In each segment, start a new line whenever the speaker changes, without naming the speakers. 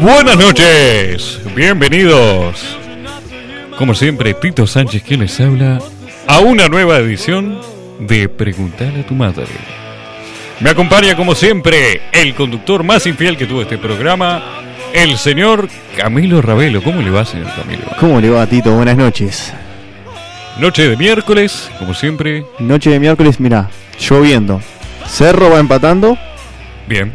Buenas noches, bienvenidos. Como siempre, Tito Sánchez quien les habla a una nueva edición de Preguntar a tu madre. Me acompaña como siempre el conductor más infiel que tuvo este programa, el señor Camilo Ravelo. ¿Cómo le va, señor Camilo?
¿Cómo le va, Tito? Buenas noches.
Noche de miércoles, como siempre.
Noche de miércoles, mirá, lloviendo. Cerro va empatando
Bien.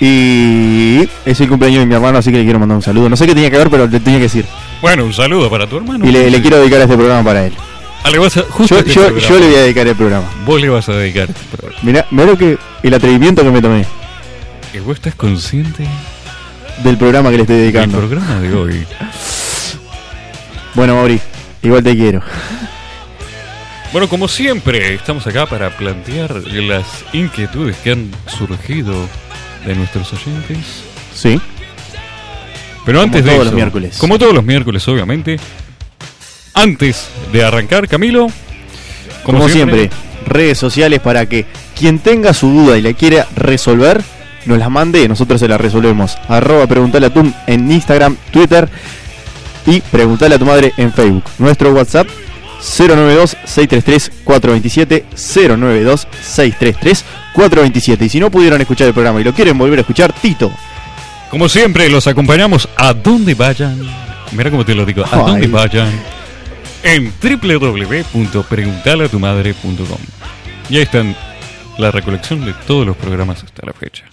y es el cumpleaños de mi hermano, así que le quiero mandar un saludo. No sé qué tenía que ver, pero le tenía que decir.
Bueno, un saludo para tu hermano.
Y le, le quiero dedicar este programa para él.
Ah, le vas a- justo
Yo,
este
yo-
programa.
yo le voy a dedicar el programa.
Vos le vas a dedicar este programa.
Mirá, mirá lo que, el atrevimiento que me tomé
¿Y vos estás consciente
del programa que le estoy
del
dedicando.
programa de hoy?
Bueno, Mauri, igual te quiero.
Bueno, como siempre, estamos acá para plantear las inquietudes que han surgido de nuestros oyentes.
Sí,
Pero antes de
todos
eso,
los miércoles.
como todos los miércoles, obviamente, antes de arrancar, Camilo,
como, siempre, redes sociales para que quien tenga su duda y la quiera resolver, nos las mande y nosotros se la resolvemos. Arroba preguntale a tu en Instagram, Twitter y preguntale a tu madre en Facebook. Nuestro WhatsApp 092-633-427, 092-633-427. Y si no pudieron escuchar el programa y lo quieren volver a escuchar, Tito.
como siempre, los acompañamos a donde vayan. Mira cómo te lo digo, a
Ay.
donde vayan en www.preguntaleatumadre.com. Y ahí están la recolección de todos los programas hasta la fecha.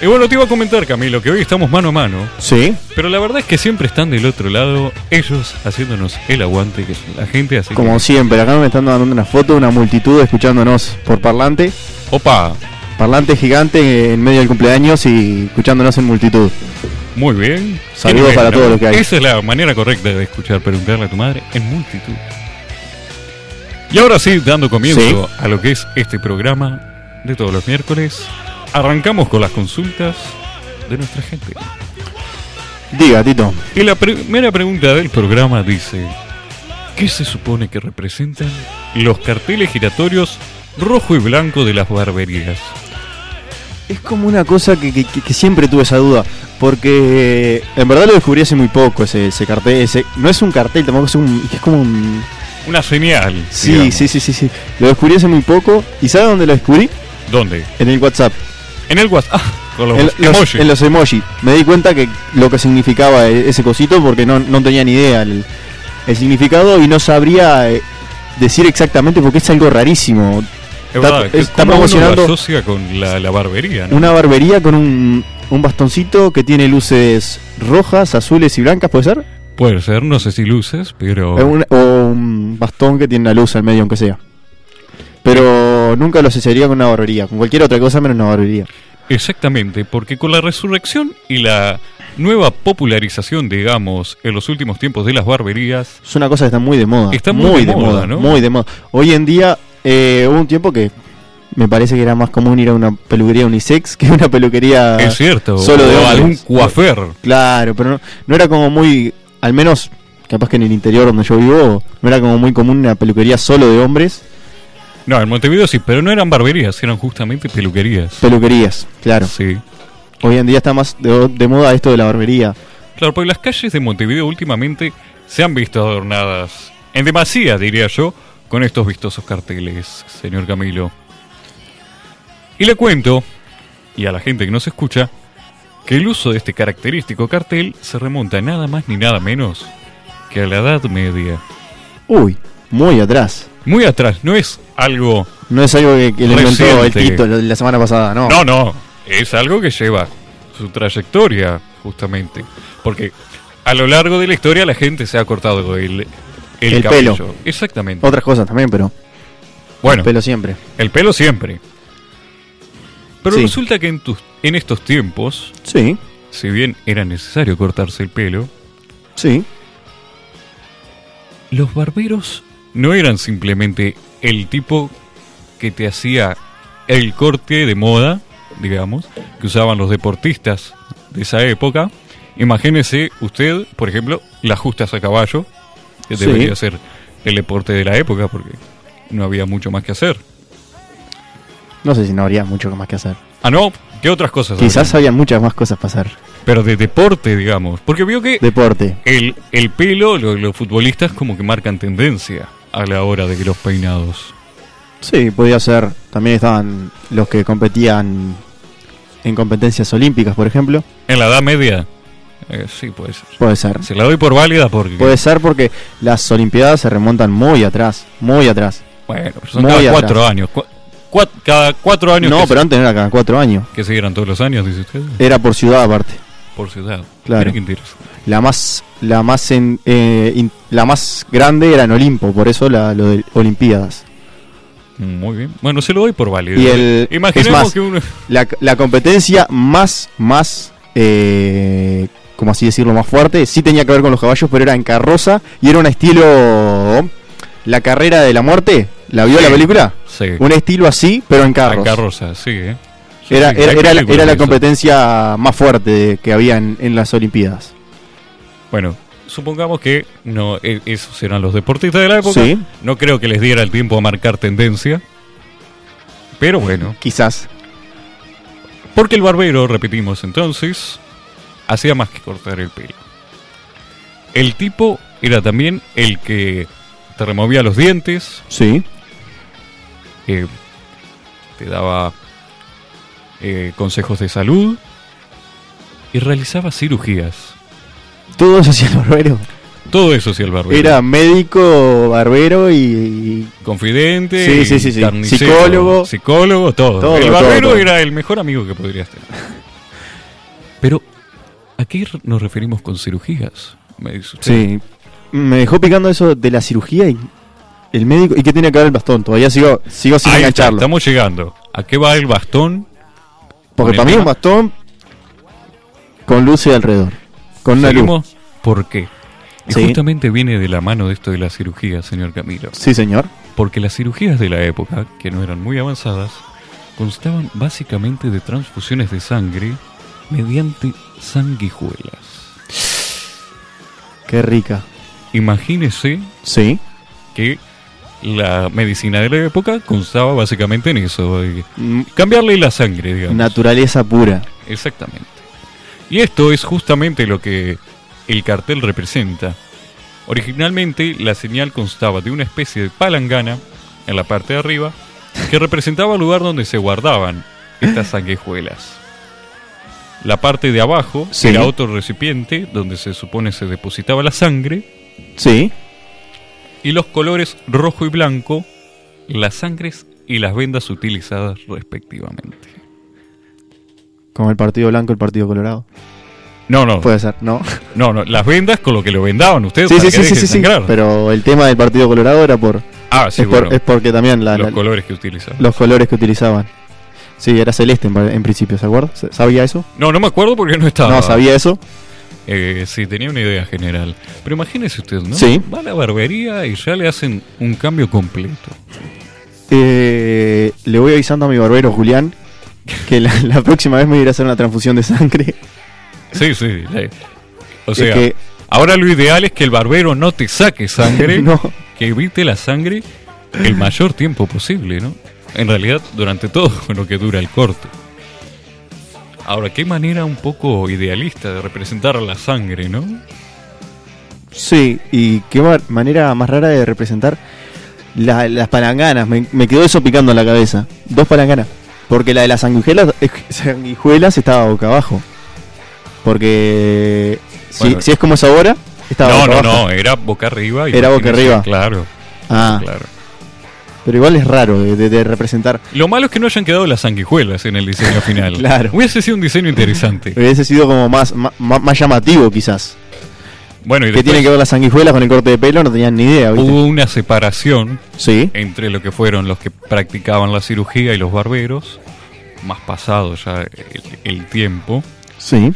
Y bueno, te iba a comentar, Camilo, que hoy estamos mano a mano.
Sí,
Pero la verdad es que siempre están del otro lado, ellos haciéndonos el aguante, que son la gente así.
como siempre, acá me están dando una foto de una multitud escuchándonos por parlante.
que- Opa,
Parlante gigante en medio del cumpleaños y escuchándonos en multitud.
muy bien.
Saludos
Qué nivel,
para
¿no?
todos los que hay.
Esa es la manera correcta de escuchar preguntarle a tu madre en multitud. Y ahora sí, dando comienzo a lo que es este programa de todos los miércoles, arrancamos con las consultas de nuestra gente.
Diga, Tito.
Y la primera pregunta del programa dice, ¿qué se supone que representan los carteles giratorios rojo y blanco de las barberías?
Es como una cosa que, que- que- que siempre tuve esa duda, porque eh, en verdad lo descubrí hace muy poco ese, ese cartel. Ese, no es un cartel, tampoco es un. Es como un.
Una señal.
Sí,
digamos.
sí, sí, sí, sí. Lo descubrí hace muy poco. ¿Y sabe dónde lo descubrí?
¿Dónde?
En el WhatsApp.
En el WhatsApp. Ah, con los
en, los,
emojis.
en los emoji. Me di cuenta que lo que significaba e- ese cosito porque no, no tenía ni idea el, el significado y no sabría eh, decir exactamente porque es algo rarísimo.
Es verdad,
está-
que
está
cómo uno lo
promocionando-
asocia con la, la barbería, ¿no?
Una barbería con un, un bastoncito que tiene luces rojas, azules y blancas, ¿puede ser?
Puede ser, no sé si luces, pero...
Eh, un- o un bastón que tiene una luz al medio, aunque sea. Pero nunca lo asociaría con una barbería, con cualquier otra cosa menos una barbería.
Exactamente, porque con la resurrección y la nueva popularización, digamos, en los últimos tiempos de las barberías,
Es una cosa que está muy de moda.
Está muy de moda, ¿no?
Muy de moda. Hoy en día eh, hubo un tiempo que me parece que era más común ir a una peluquería unisex que una peluquería...
es cierto,
Ah, solo de
o algún
hombres.
coafer.
Claro, pero no, no era como muy... Al menos, capaz que en el interior donde yo vivo, no era como muy común una peluquería solo de hombres.
No, en Montevideo sí, pero no eran barberías, eran justamente peluquerías.
Peluquerías, claro.
Sí.
Hoy en día está más de, de moda esto de la barbería.
Claro, porque las calles de Montevideo últimamente se han visto adornadas, en demasía diría yo, con estos vistosos carteles, señor Camilo. Y le cuento, y a la gente que nos escucha, que el uso de este característico cartel se remonta nada más ni nada menos que a la Edad Media.
Uy, muy atrás.
Muy atrás, no es algo...
No es algo que, que lo inventó el
Reciente.
Tito la, la semana pasada, no.
No, no, es algo que lleva su trayectoria, justamente. Porque a lo largo de la historia la gente se ha cortado el, el,
El
cabello.
pelo.
Exactamente.
Otras cosas también, pero,
Bueno,
pero siempre.
el pelo siempre. Pero
Sí.
resulta que en, tus, en estos tiempos,
Sí,
si bien era necesario cortarse el pelo,
sí.
los barberos no eran simplemente el tipo que te hacía el corte de moda, digamos, que usaban los deportistas de esa época. Imagínese usted, por ejemplo, las justas a caballo, que
Sí.
debería ser el deporte de la época porque no había mucho más que hacer.
No sé si no habría mucho más que hacer.
Ah, no, ¿qué otras cosas?
Quizás había muchas más cosas para hacer.
habría? Pero de deporte, digamos. Porque vio que
Deporte.
el, el pelo, lo- los futbolistas como que marcan tendencia a la hora de que los peinados.
Sí, podía ser. También estaban los que competían en competencias olímpicas, por ejemplo.
En la Edad Media, eh, sí, puede ser.
Puede ser.
Se la doy por válida porque...
Puede ser porque las Olimpiadas se remontan muy atrás, muy atrás.
Bueno, pero son
Muy
cada
atrás.
cuatro años. Cu- cua- cada cuatro años
No,
que,
pero antes no era cada cuatro años.
se, que se dieran todos los años, dice usted,
Era por ciudad aparte.
por ciudad.
Claro.
Mira qué interesante.
La más, la más, en- eh, in- la más grande era en Olimpo, por eso la, lo de Olimpiadas.
Muy bien. Bueno, se lo doy por válido.
Y el-
Imaginemos
es más,
que uno...
La, la competencia más, más, eh, como así decirlo, más fuerte, sí tenía que ver con los caballos, pero era en carroza y era un estilo. La carrera de la muerte, ¿la vio
Sí.
la película?
Sí,
Un estilo así, pero en
la
carros.
carroza, sí, ¿eh? Sí,
Era,
sí,
era,
hay
era la,
películas
era
de
la
eso.
competencia más fuerte que había en, en las Olimpiadas.
Bueno, supongamos que no e- esos eran los deportistas de la época.
Sí.
No creo que les diera el tiempo a marcar tendencia. Pero bueno,
Quizás.
porque el barbero, repetimos entonces, hacía más que cortar el pelo. El tipo era también el que te removía los dientes,
Sí.
eh, te daba eh, consejos de salud y realizaba cirugías.
Todo eso hacía el barbero.
Todo eso sí el barbero.
Era médico, barbero y.
Confidente,
Sí,
y
sí, sí, sí.
carnicero,
Psicólogo.
psicólogo, todo.
Todo,
el
todo,
barbero
todo.
era el mejor amigo que podrías tener. Pero, ¿a qué r- nos referimos con cirugías? Me dice usted.
Sí. Me dejó picando eso de la cirugía y. El médico. ¿Y qué tiene que ver el bastón? Todavía sigo, sigo sin
Ahí está,
engancharlo.
estamos llegando. ¿A qué va el bastón?
Porque
con
para
el
mí un
tema.
bastón. Con luces alrededor. Con una luz.
Seguimos. ¿Por qué? Y
Sí.
justamente viene de la mano de esto de la cirugía, señor Camilo.
Sí, señor.
Porque las cirugías de la época, que no eran muy avanzadas, constaban básicamente de transfusiones de sangre mediante sanguijuelas.
Qué rica.
Imagínese
Sí.
que la medicina de la época constaba básicamente en eso, eh,
Mm,
cambiarle la sangre, digamos.
Naturaleza pura.
Exactamente. Y esto es justamente lo que el cartel representa. Originalmente la señal constaba de una especie de palangana en la parte de arriba que representaba el lugar donde se guardaban estas sanguijuelas. La parte de abajo
Sí.
era otro recipiente donde se supone se depositaba la sangre
Sí.
y los colores rojo y blanco, las sangres y las vendas utilizadas respectivamente.
Como el partido blanco, el partido colorado.
No, no,
Puede ser, ¿no?
no, no, las vendas con lo que lo vendaban ustedes
Sí,
para
sí,
que
sí,
deje
sí,
de
sí, sí.
sangrar.
Pero el tema del partido colorado era por.
ah, sí,
es, por-
bueno,
es porque también la- la-
los
los,
colores que utilizaban.
colores que utilizaban. Sí, era celeste en, en principio, ¿se acuerda? ¿Se- ¿Sabía eso?
No, no me acuerdo porque no estaba.
No, sabía eso.
Eh, sí, tenía una idea general. Pero imagínese usted, ¿no?
Sí.
Va a la barbería y ya le hacen un cambio completo.
Eh, le voy avisando a mi barbero Julián que la, la próxima vez me irá a hacer una transfusión de sangre.
Sí, sí. eh. O
Es
sea,
que-
ahora lo ideal es que el barbero no te saque sangre.
no,
que evite la sangre el mayor tiempo posible, ¿no? En realidad, durante todo lo que dura el corte. Ahora, qué manera un poco idealista de representar la sangre, ¿no?
sí, y qué ma- manera más rara de representar la- las palanganas. Me, me quedó eso picando en la cabeza. Dos palanganas. Porque la de las sanguijuelas, sanguijuelas estaba boca abajo. Porque si,
Bueno.
si es como es ahora, estaba
No,
boca
no,
abajo.
no, era boca arriba. y
Era boca
imagínese,
arriba.
Claro,
Ah,
claro.
pero igual es raro de, de- de representar.
Lo malo es que no hayan quedado las sanguijuelas en el diseño final.
Claro.
Hubiese sido un diseño interesante.
Hubiese sido como más, ma- ma- más, llamativo quizás.
Bueno, y
¿Qué tiene que
después Uh.
ver las sanguijuelas con el corte de pelo? No tenían ni idea, ¿viste?
hubo una separación
Sí.
entre lo que fueron los que practicaban la cirugía y los barberos, más pasado ya el- el tiempo.
Sí.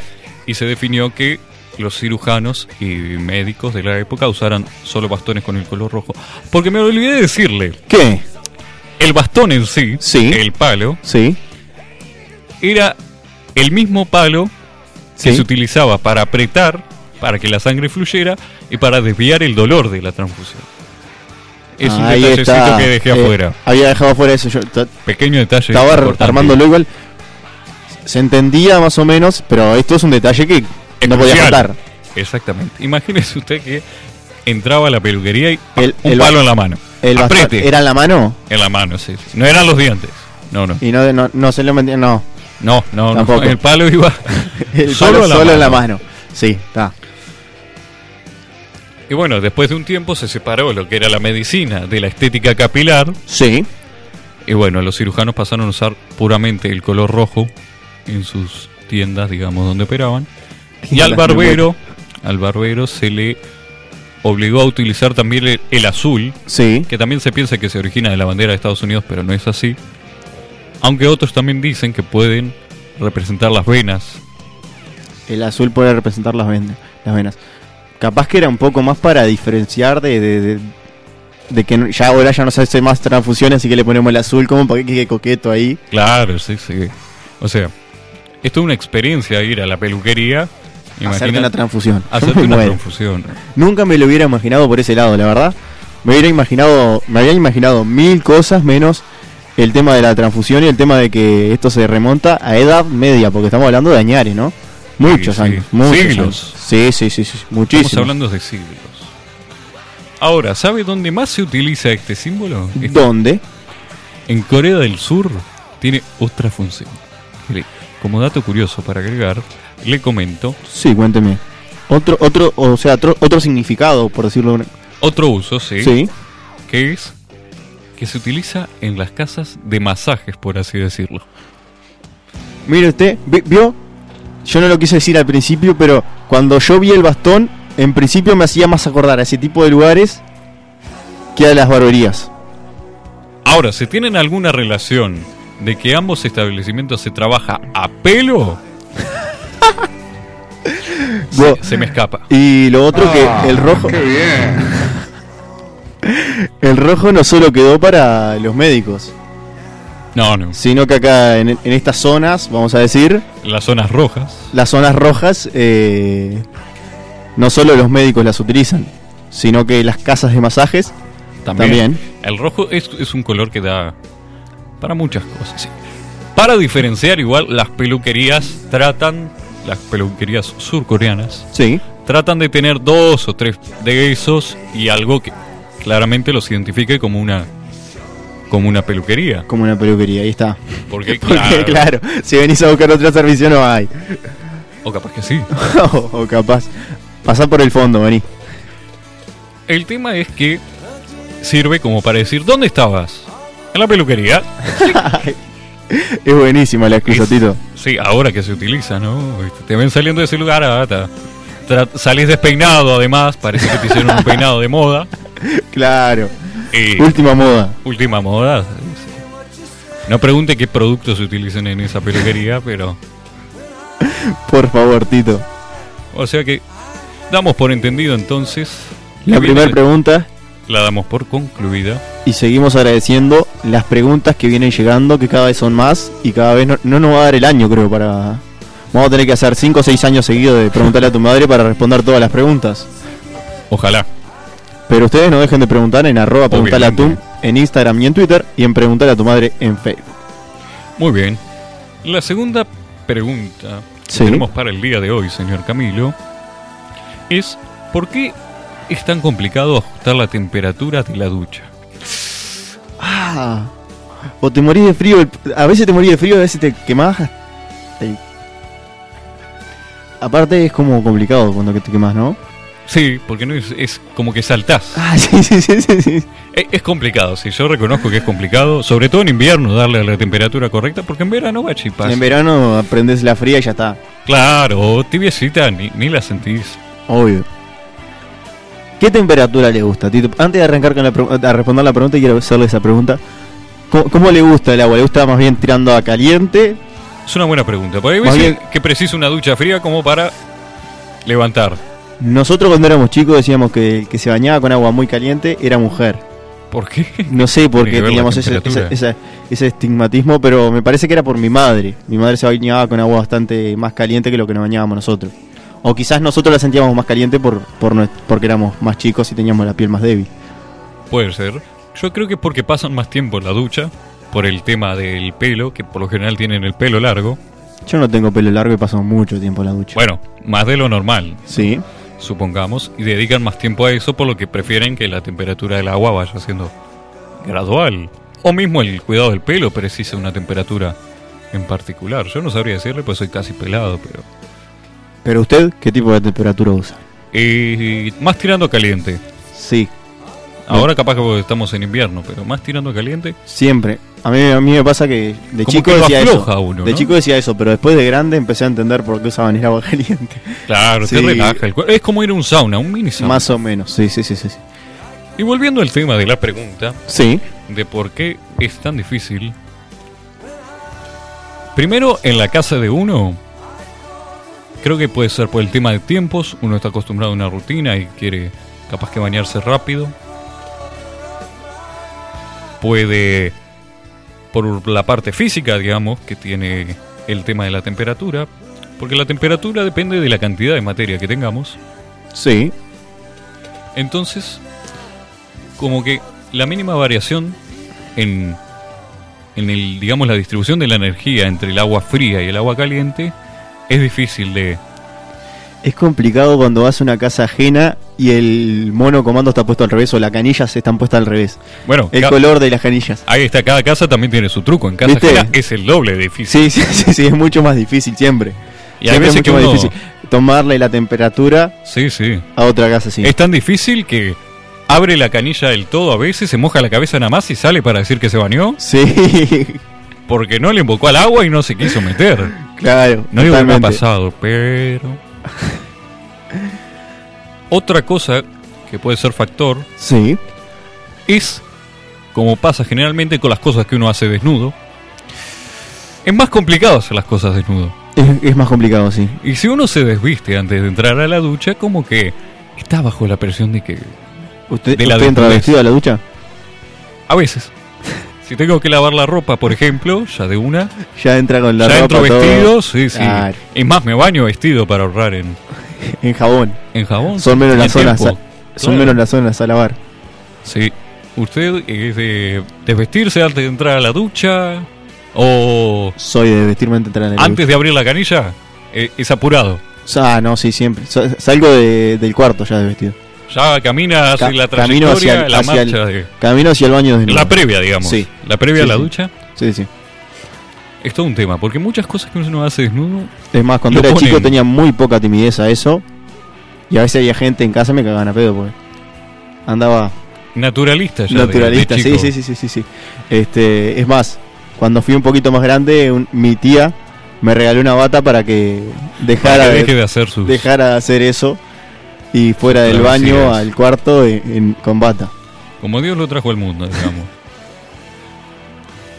y se definió que los cirujanos y médicos de la época usaran solo bastones con el color rojo. Porque me olvidé decirle,
¿Qué?
el bastón en sí,
Sí.
el palo,
Sí.
era el mismo palo que se
Sí.
utilizaba para apretar, para que la sangre fluyera y para desviar el dolor de la transfusión. Es un
Ahí
detallecito
está.
que dejé
Eh,
afuera.
Había dejado afuera eso. Yo ta-
Pequeño detalle.
estaba
importante.
armándolo igual. Se entendía más o menos, pero esto es un detalle que
Es
no podía
crucial.
faltar.
Exactamente. Imagínese usted que entraba a la peluquería y ¡pam!
El-
un
el-
palo en la mano.
El bastón
Apriete.
era en la mano
En la mano, sí. sí. No eran los dientes. No, no.
y no, no, no se lo metía. No,
No, no, no.
Tampoco.
El palo iba
el
solo,
solo,
en la
solo
mano.
en la mano. Sí, está.
Y bueno, después de un tiempo se separó lo que era la medicina de la estética capilar.
Sí,
Y bueno, los cirujanos pasaron a usar puramente el color rojo en sus tiendas, digamos, donde operaban. Y al
Las
barbero, al barbero se le obligó a utilizar también el, el azul,
sí.
que también se piensa que se origina de la bandera de Estados Unidos, pero no es así. Aunque otros también dicen que pueden representar las venas.
El azul puede representar las, ven- las venas. Capaz que era un poco más para diferenciar de, de, de- de que no- ya ahora ya no se hace más transfusiones, así que le ponemos el azul como para que quede coqueto ahí.
Claro, sí, sí. O sea, es toda una experiencia ir a la peluquería.
Hacerte una
Imagina,
transfusión.
hacerte una
Bueno,
confusión.
Nunca me lo hubiera imaginado por ese lado, la verdad. Me hubiera imaginado, me había imaginado mil cosas menos el tema de la transfusión y el tema de que esto se remonta a edad media, porque estamos hablando de añares, ¿no? Muchos
sí.
años, muchos
Siglos.
años. Sí, sí, sí, sí, muchísimos.
Estamos hablando de siglos. Ahora, ¿sabe dónde más se utiliza este símbolo? Este-
¿Dónde?
En Corea del Sur tiene otra función. Mire, Como dato curioso para agregar, le comento
Sí, cuénteme. Otro, otro, o sea, otro, otro significado, por decirlo.
otro uso, sí,
Sí.
que es que se utiliza en las casas de masajes, por así decirlo.
Mire usted, vi- vio. Yo no lo quise decir al principio, pero cuando yo vi el bastón, en principio me hacía más acordar a ese tipo de lugares que a las barberías.
Ahora, si tienen alguna relación de que ambos establecimientos se trabaja a pelo,
Bo-
se me escapa.
Y lo otro que el rojo. El rojo no solo quedó para los médicos,
No, no.
sino que acá en, en estas zonas, vamos a decir,
Las zonas rojas.
las zonas rojas, eh, no solo los médicos las utilizan, sino que las casas de masajes También.
El rojo es, es un color que da para muchas cosas. sí. Para diferenciar igual, las peluquerías tratan, las peluquerías surcoreanas,
Sí,
tratan de tener dos o tres de esos y algo que claramente los identifique como una como una peluquería.
como una peluquería, ahí está.
Porque,
Porque,
claro,
claro, si venís a buscar otro servicio no hay.
O capaz que sí.
o, o capaz, pasá por el fondo, vení.
El tema es que sirve como para decir, ¿dónde estabas? En la peluquería.
Es buenísima la excusa,
Es-
Tito.
Sí, ahora que se utiliza, ¿no? Este, Te ven saliendo de ese lugar, ah, ta. Tra- salís despeinado además, parece que te hicieron un peinado de moda.
Claro,
Y
última moda.
última moda. sí. No pregunte qué productos se utilizan en esa peluquería, pero...
Por favor, Tito.
O sea que damos por entendido entonces.
La primera pregunta
La damos por concluida.
y seguimos agradeciendo las preguntas que vienen llegando, que cada vez son más y cada vez no, no nos va a dar el año, creo, para... Vamos a tener que hacer 5 o 6 años seguidos de preguntarle a tu madre para responder todas las preguntas.
Ojalá.
Pero ustedes no dejen de preguntar en arroba preguntarle a tu
Obviamente.
en Instagram y en Twitter y en preguntarle a tu madre en Facebook.
Muy bien. La segunda pregunta que
Sí.
tenemos para el día de hoy, señor Camilo, es ¿por qué es tan complicado ajustar la temperatura de la ducha?
Ah, o te morís de frío, el- a veces te morís de frío, a veces te quemás. Ey. Aparte es como complicado cuando que te quemás, ¿no?
Sí, porque no es, es como que saltás. E,
Ah, sí, sí, sí, sí. sí.
Es, es complicado, sí, yo reconozco que es complicado, sobre todo en invierno, darle a la temperatura correcta, porque en verano va chipas.
En verano aprendes la fría y ya está.
Claro, tibiecita, ni, ni la sentís.
Obvio. ¿Qué temperatura le gusta, Tito? Antes de arrancar con la pregu- a responder la pregunta, quiero hacerle esa pregunta. ¿Cómo, cómo le gusta el agua? ¿Le gusta más bien tirando a caliente?
Es una buena pregunta, porque hay
Más
veces
bien-
que precisa una ducha fría como para levantar,
Nosotros cuando éramos chicos decíamos que el que se bañaba con agua muy caliente era mujer.
¿por qué?
No sé por
Tiene que
qué
ver la
teníamos ese,
temperatura.
ese- esa- ese estigmatismo, pero me parece que era por mi madre. Mi madre se bañaba con agua bastante más caliente que lo que nos bañábamos nosotros. O quizás nosotros la sentíamos más caliente por, por nue- porque éramos más chicos y teníamos la piel más débil.
Puede ser. Yo creo que es porque pasan más tiempo en la ducha, por el tema del pelo, que por lo general tienen el pelo largo.
Yo no tengo pelo largo y paso mucho tiempo en la ducha.
Bueno, más de lo normal,
Sí.
supongamos, y dedican más tiempo a eso, por lo que prefieren que la temperatura del agua vaya siendo gradual. O mismo el cuidado del pelo precisa una temperatura en particular. Yo no sabría decirle, pues soy casi pelado, pero...
Pero usted, ¿qué tipo de temperatura usa?
Eh, más tirando a caliente.
Sí,
Ahora capaz que estamos en invierno, pero más tirando a caliente.
siempre. A mí, a mí me pasa que de
Como
chico
que lo
decía
afloja
eso.
uno,
de
¿no?
chico decía eso, pero después de grande empecé a entender por qué usaban el agua caliente.
Claro, te
Sí.
relaja el cuerpo. Es como ir a un sauna, un mini sauna.
Más o menos, sí, sí, sí, sí. sí.
Y volviendo al tema de la pregunta
Sí,
de por qué es tan difícil. Primero, en la casa de uno, creo que puede ser por el tema de tiempos. Uno está acostumbrado a una rutina y quiere capaz que bañarse rápido. Puede, por la parte física, digamos, que tiene el tema de la temperatura. Porque la temperatura depende de la cantidad de materia que tengamos.
sí.
Entonces, como que la mínima variación en, en el, digamos, la distribución de la energía entre el agua fría y el agua caliente es difícil de.
Es complicado cuando vas a una casa ajena y el mono comando está puesto al revés o las canillas están puestas al revés.
Bueno,
El
ca-
color de las canillas.
ahí está, cada casa también tiene su truco. En casa
¿Viste?
ajena es el doble de difícil.
Sí, sí, sí, sí, es mucho más difícil siempre.
Y hay
Siempre
veces
es mucho
que
más
uno-
difícil tomarle la temperatura
Sí, sí.
a otra casa así.
Es tan difícil que abre la canilla del todo a veces, se moja la cabeza nada más y sale para decir que se bañó
Sí,
porque no le invocó al agua y no se quiso meter.
claro.
No digo que me ha
totalmente.
pasado, pero. Otra cosa que puede ser factor
Sí.
es, como pasa generalmente con las cosas que uno hace desnudo, es más complicado hacer las cosas desnudo.
Es, es más complicado, sí.
Y si uno se desviste antes de entrar a la ducha, como que está bajo la presión de que.
¿Usted,
De la
usted entra
desnudez.
vestido a la ducha?
A veces. Si tengo que lavar la ropa, por ejemplo, ya de una,
Ya entra con la
ya
ropa
entro
todo
vestido, sí, sí.
Claro.
Es más, me baño vestido para ahorrar en,
en jabón.
en jabón.
Son menos
en
las zonas,
tiempo.
a- son
Claro.
menos las zonas a lavar.
Sí. ¿Usted es de desvestirse antes de entrar a la ducha? ¿O
Soy de vestirme antes de entrar en la
antes de abrir la canilla? Eh, es apurado.
ducha. Ah, no, sí, siempre. Sa- Salgo de- del cuarto ya de vestido.
Ya camina hacia
Ca-
la
camino
trayectoria,
hacia el-
la
hacia el-
marcha de-
Camino hacia el baño de
La previa, digamos.
Sí.
La previa
Sí,
a la
sí.
ducha
Sí, sí.
es todo un tema, porque muchas cosas que uno hace desnudo...
Es más, cuando
Lo
era
ponen.
chico tenía muy poca timidez a eso. Y a veces había gente en casa y me cagaban a pedo, porque andaba
Naturalista ya. de- de
naturalista. sí,
chico.
sí, sí, sí, sí, sí. Este, es más, cuando fui un poquito más grande, un- mi tía me regaló una bata para que
Para
dejara
que
de-
deje de hacer sus...
dejara de hacer eso y fuera del
Claro, sí,
baño
es.
al cuarto en- en- con bata.
Como Dios lo trajo al mundo, digamos.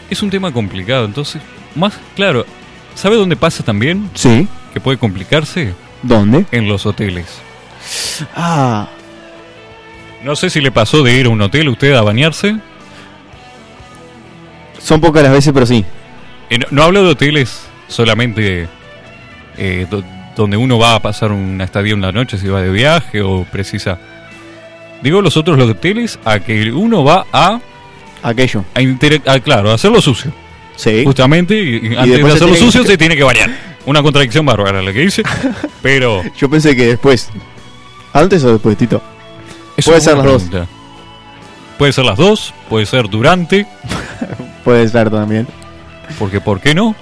es un tema complicado, entonces... Más, claro, ¿sabe dónde pasa también?
Sí.
Que puede complicarse
¿Dónde?
en los hoteles.
Ah,
No sé si le pasó de ir a un hotel usted a bañarse.
son pocas las veces, pero sí.
Eh, no, no hablo de hoteles solamente eh, do- donde uno va a pasar una estadía en la noche, si va de viaje o precisa. Digo los otros los hoteles a que uno va a,
Aquello.
a, inter- a, claro, a hacerlo sucio.
Sí.
Justamente, y- y antes de
Eh, después se
hacerlo
tiene que-
sucio se tiene que bañar. Una contradicción bárbara la que hice, pero...
Yo pensé que después. ¿Antes o después, Tito? Puede ser las dos.
dos. Puede ser las dos, puede ser durante,
Puede ser también.
porque ¿por qué no?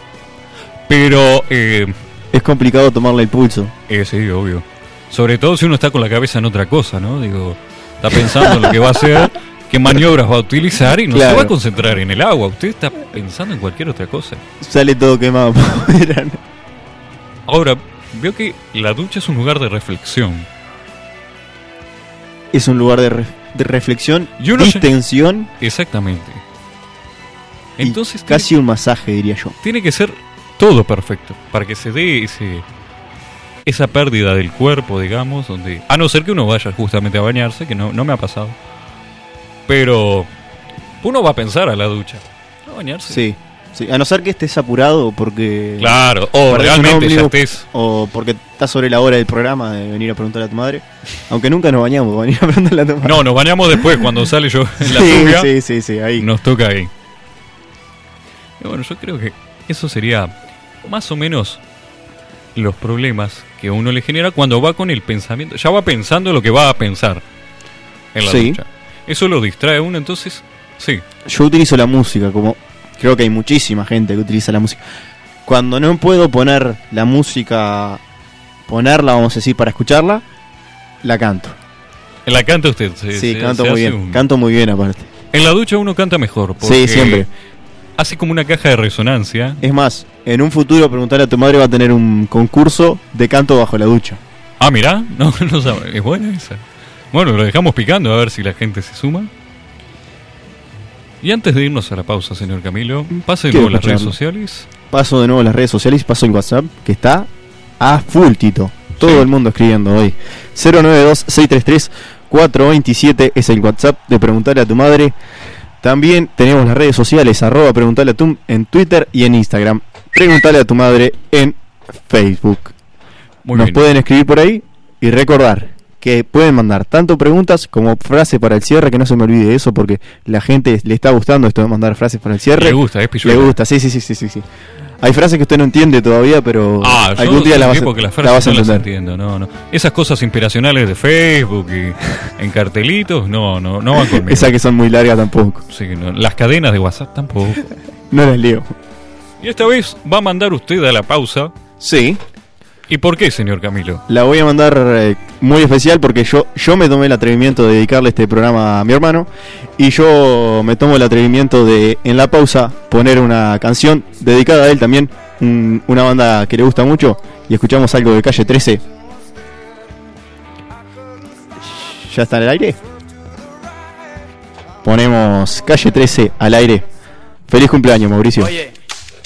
Pero... eh,
Es complicado tomarle el pulso.
Eh, sí, obvio. Sobre todo si uno está con la cabeza en otra cosa, ¿no? Digo, está pensando en lo que va a hacer, qué maniobras va a utilizar y no se
Claro.
va a concentrar en el agua. Usted está pensando en cualquier otra cosa.
Sale todo quemado. por verano.
Ahora, veo que la ducha es un lugar de reflexión.
es un lugar de, re- de reflexión,
Y uno se-
distensión
Exactamente.
y
Entonces, tiene-
casi un masaje, diría yo.
tiene que ser todo perfecto para que se dé ese esa pérdida del cuerpo, digamos, donde a no ser que uno vaya justamente a bañarse, que no, no me ha pasado. Pero uno va a pensar a la ducha, a bañarse.
Sí. Sí, a no ser que estés apurado porque.
Claro, o
perdés un
realmente ya
ómnibus,
estés.
O porque estás sobre la hora del programa de venir a preguntarle a tu madre. Aunque nunca nos bañamos, para venir a preguntarle a tu madre.
No, nos bañamos después cuando sale yo en la
sí,
lluvia.
sí, sí, sí, ahí.
Nos toca ahí. Y bueno, yo creo que eso sería más o menos los problemas que uno le genera cuando va con el pensamiento. Ya va pensando lo que va a pensar en la
Sí.
ducha. Eso lo distrae a uno, entonces, sí.
Yo utilizo la música como. Creo que hay muchísima gente que utiliza la música. Cuando no puedo poner la música. Ponerla, vamos a decir, para escucharla, la canto.
La canta usted. se-
Sí,
se-
canto
se
muy
hace
bien.
un-
Canto muy bien, aparte.
En la ducha uno canta mejor.
Sí,
porque
siempre.
Hace como una caja de resonancia.
Es más, en un futuro preguntarle a tu madre va a tener un concurso de canto bajo la ducha.
Ah, mirá, no, no sabe. Es buena esa. Bueno, lo dejamos picando a ver si la gente se suma. Y antes de irnos a la pausa, señor Camilo, pásenlo
Quiero
por las redes
escucharlo.
sociales.
Paso de nuevo a las redes sociales, paso el WhatsApp, que está a full, Tito. Todo
Sí.
el mundo escribiendo hoy. 092-633-427 es el WhatsApp de Preguntarle a tu Madre. También tenemos las redes sociales, arroba Preguntarle a tu en Twitter y en Instagram. Preguntarle a tu Madre en Facebook.
Muy
Nos
bien.
pueden escribir por ahí y recordar que pueden mandar tanto preguntas como frases para el cierre, que no se me olvide eso porque la gente le está gustando esto de mandar frases para el cierre.
Le gusta, es
Le
pilluela.
gusta, sí, sí, sí, sí, sí, sí. Hay frases que usted no entiende todavía, pero
Ah, yo
algún día
soy
las vas,
tipo
a-
que las
la vas
frases
a
no las
entender.
entiendo, no, no. Esas cosas inspiracionales de Facebook y en cartelitos, no, no, no van conmigo.
Esas que son muy largas tampoco.
Sí, no, Las cadenas de WhatsApp tampoco.
No las leo.
Y esta vez va a mandar usted a la pausa.
Sí.
¿Y por qué, señor Camilo?
La voy a mandar eh, muy especial porque yo, yo me tomé el atrevimiento de dedicarle este programa a mi hermano y yo me tomo el atrevimiento de en la pausa poner una canción dedicada a él también, un- una banda que le gusta mucho y escuchamos algo de Calle 13. ¿Ya está en el aire? Ponemos Calle 13 al aire. Feliz cumpleaños, Mauricio.
Oye,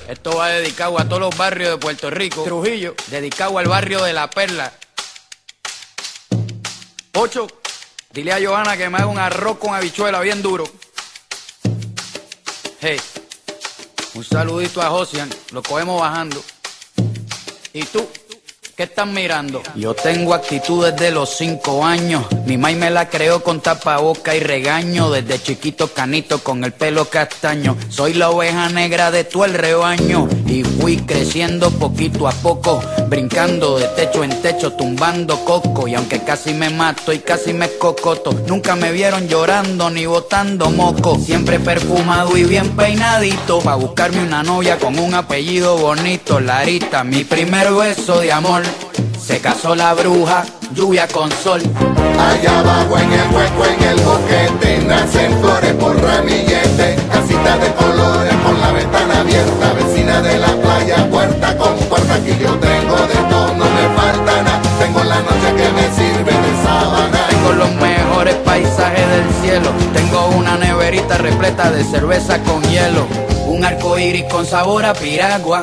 esto va dedicado a todos los barrios de Puerto Rico. Trujillo. Dedicado al barrio de La Perla. Ocho, dile a Johanna que me haga un arroz con habichuela bien duro. Hey, un saludito a Josian, lo cogemos bajando. ¿Y tú? ¿Qué están mirando? Yo tengo actitud desde los cinco años. Mi maíz me la creó con tapaboca y regaño. Desde chiquito canito con el pelo castaño. Soy la oveja negra de todo el rebaño. Y fui creciendo poquito a poco. Brincando de techo en techo, tumbando coco. Y aunque casi me mato y casi me cocoto. Nunca me vieron llorando ni botando moco. Siempre perfumado y bien peinadito. Pa' buscarme una novia con un apellido bonito. Larita, mi primer beso de amor. Se casó la bruja, lluvia con sol.
Allá abajo en el hueco, en el boquete, nacen flores por ramillete, casita de colores por la ventana abierta, vecina de la playa, puerta con puerta, aquí yo tengo de todo, no me falta nada, tengo la noche que me sirve de sábana.
Tengo los mejores paisajes del cielo. Tengo una neverita repleta de cerveza con hielo. Un arco iris con sabor a piragua.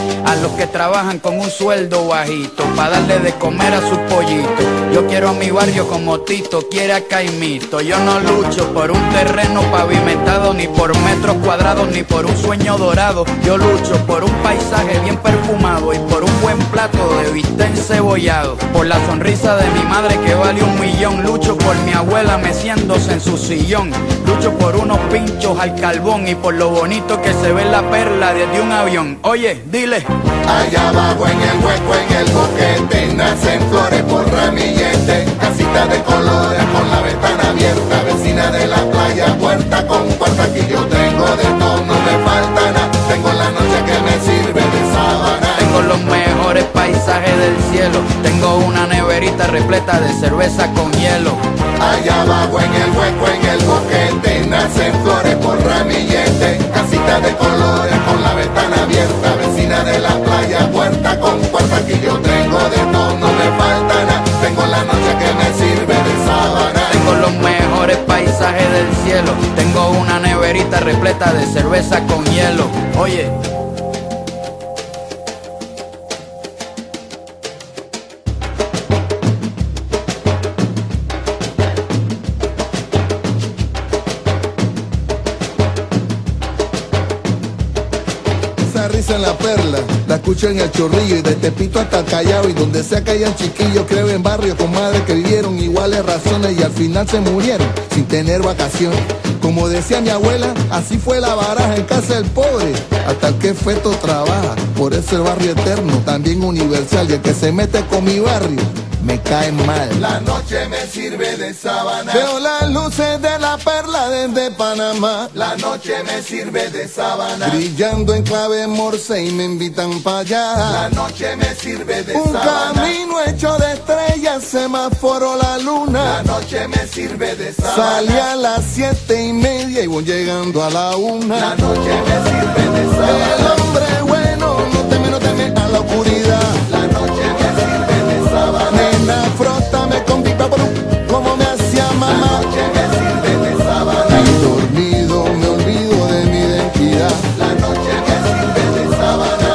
a los que trabajan con un sueldo bajito, para darle de comer a sus pollitos. Yo quiero a mi barrio como Tito, quiere a Caimito. Yo no lucho por un terreno pavimentado, ni por metros cuadrados, ni por un sueño dorado. Yo lucho por un paisaje bien perfumado y por un buen plato de bistec cebollado. Por la sonrisa de mi madre que vale un millón. Lucho por mi abuela meciéndose en su sillón. Lucho por unos pinchos al carbón y por lo bonito que se ve la perla desde un avión. Oye, dile.
Allá abajo en el hueco, en el boquete, nacen flores por ramillete, casita de colores con la ventana abierta, vecina de la playa, puerta con puerta, aquí yo tengo de todo, no me falta nada, tengo la noche que me sirve de sábana.
Tengo los mejores paisajes neverita repleta de cerveza con hielo.
Allá abajo en el hueco, en el boquete, nacen flores por ramillete, casita de colores con la ventana abierta, vecina de la playa, puerta con puerta, aquí yo tengo de todo, no me falta nada, tengo la noche que me sirve de sábana.
Tengo los mejores paisajes del cielo, tengo una neverita repleta de cerveza con hielo. Oye.
Esa risa en la perla, la escucho en el chorrillo y de Tepito hasta Callao y donde sea que hayan chiquillos, creo en barrio con madres que vivieron iguales razones y al final se murieron sin tener vacaciones. Como decía mi abuela, así fue la baraja en casa del pobre, hasta el que feto trabaja, por eso el barrio eterno, también universal, y el que se mete con mi barrio, me cae mal. La noche me sirve de sábana. Veo las luces de la perla desde Panamá. La noche me sirve de sábana. Brillando en clave morse y me invitan para allá. La noche me sirve de Un camino hecho de estrellas, semáforo la luna. La noche me sirve de sábana. Salí a las siete y media y voy llegando a la una. La noche me sirve de sábana. El hombre bueno no teme, no teme a la oscuridad. La noche me sirve de sábana. Nena, frótame con pipa por un- como me hacía mamá. La noche me sirve de sábana. Y dormido me olvido de mi identidad. La noche me sirve de sábana.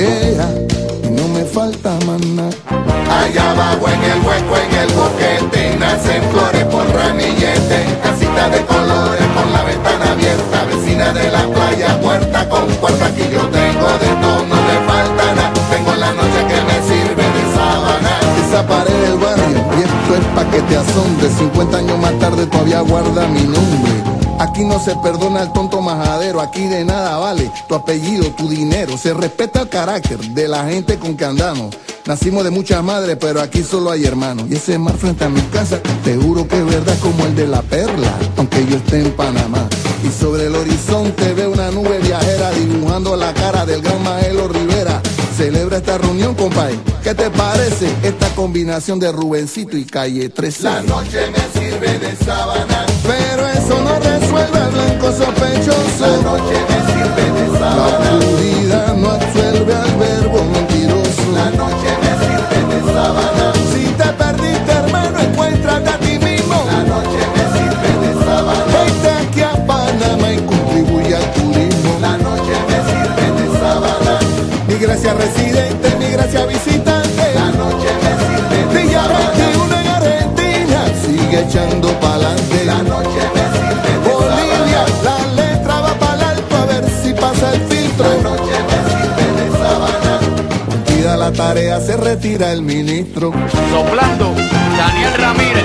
Ella, y no me falta más nada. Allá abajo en el hueco, en el boquete, nacen flores por ramillete, casita de colores con la ventana abierta, vecina de la playa, puerta con puerta, aquí yo tengo de todo, no me falta nada, tengo la noche que me sirve de sábana. Esa pared del barrio, y esto es pa' que te asombre, 50 años más tarde todavía guarda mi nombre. Aquí no se perdona el tonto majadero, aquí de nada vale tu apellido, tu dinero. Se respeta el carácter de la gente con que andamos. Nacimos de muchas madres, pero aquí solo hay hermanos. Y ese mar frente a mi casa, te juro que es verdad como el de la perla, aunque yo esté en Panamá. Y sobre el horizonte veo una nube viajera dibujando la cara del gran Maelo Rivera. Celebra esta reunión, compadre. ¿Qué te parece esta combinación de Rubencito y Calle 13? La noche me sirve de sábana. Pero eso no resuelve al blanco sospechoso. La noche me sirve de sábana. La oscuridad no absuelve al verbo mentiroso. La noche me sirve de sábana. Si te perdiste, hermano, encuéntrate a ti mismo. La noche me sirve de sábana. Vente aquí a Panamá y contribuye al turismo. La noche me sirve de sábana. Mi gracia residente, mi gracia visitante. La noche me sirve de sábana. una en Argentina sigue echando pa'lante. La noche me sirve de Bolivia, la letra va para alto a ver si pasa el filtro. La noche me sirve de sábana. Cumplida la tarea, se retira el ministro.
Soplando, Daniel Ramírez.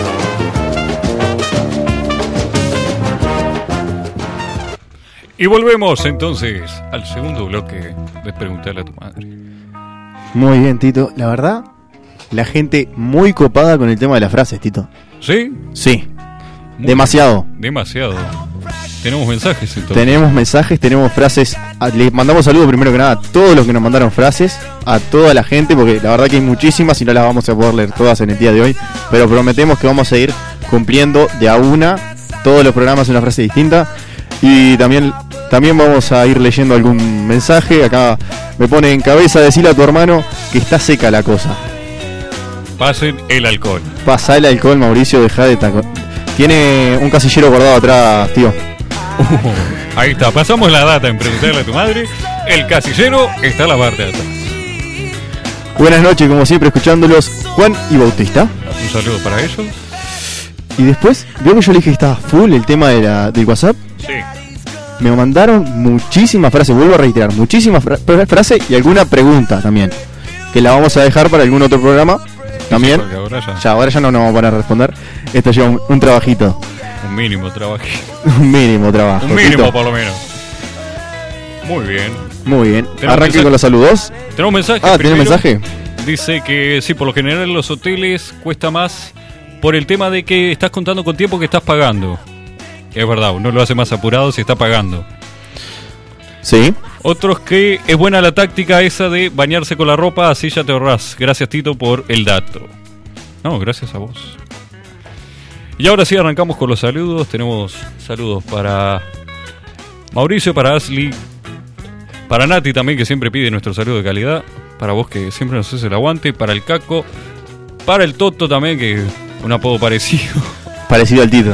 Y volvemos entonces al segundo bloque de Preguntarle a tu madre.
Muy bien, Tito. La verdad, la gente muy copada con el tema de las frases, Tito.
¿Sí?
Sí,
Muy
demasiado.
bien. Demasiado. Tenemos mensajes entonces.
Tenemos mensajes, tenemos frases. A- Les mandamos saludos primero que nada a todos los que nos mandaron frases, a toda la gente, porque la verdad que hay muchísimas y no las vamos a poder leer todas en el día de hoy. Pero prometemos que vamos a ir cumpliendo de a una todos los programas una frase distinta. Y también, también vamos a ir leyendo algún mensaje. Acá me pone en cabeza decirle a tu hermano que está seca la cosa.
Pasen el alcohol.
Pasa el alcohol, Mauricio, deja de taco. Tiene un casillero guardado atrás, tío.
Ahí está, pasamos la data en preguntarle a tu madre. El casillero está a la parte de atrás.
Buenas noches, como siempre, escuchándolos, Juan y Bautista.
Un saludo para ellos.
Y después, veo que yo le dije que estaba full el tema de la- del WhatsApp.
Sí.
Me mandaron muchísimas frases, vuelvo a reiterar, muchísimas fra- fra- frases y alguna pregunta también. Que la vamos a dejar para algún otro programa. También.
Porque ahora ya,
Ya, ahora ya no nos vamos a poner a responder. Esto lleva un, un trabajito.
un mínimo trabajo.
Un mínimo trabajo.
Un mínimo
Tito.
por lo menos. Muy bien.
Muy bien.
Tenemos
Arranque
mensaje.
con los saludos.
Tenemos mensaje.
Ah, ¿tiene
primero.
mensaje?
Dice que sí, por lo general en los hoteles cuesta más por el tema de que estás contando con tiempo que estás pagando. Es verdad, uno lo hace más apurado si está pagando.
Sí.
Otros que es buena la táctica esa de bañarse con la ropa, así ya te ahorras. Gracias Tito por el dato. No, gracias a vos. Y ahora sí arrancamos con los saludos. Tenemos saludos para Mauricio, para Asli, para Nati también, que siempre pide nuestro saludo de calidad. Para vos que siempre nos haces el aguante. Para el Caco. Para el Toto también, que un apodo parecido.
Parecido al Tito.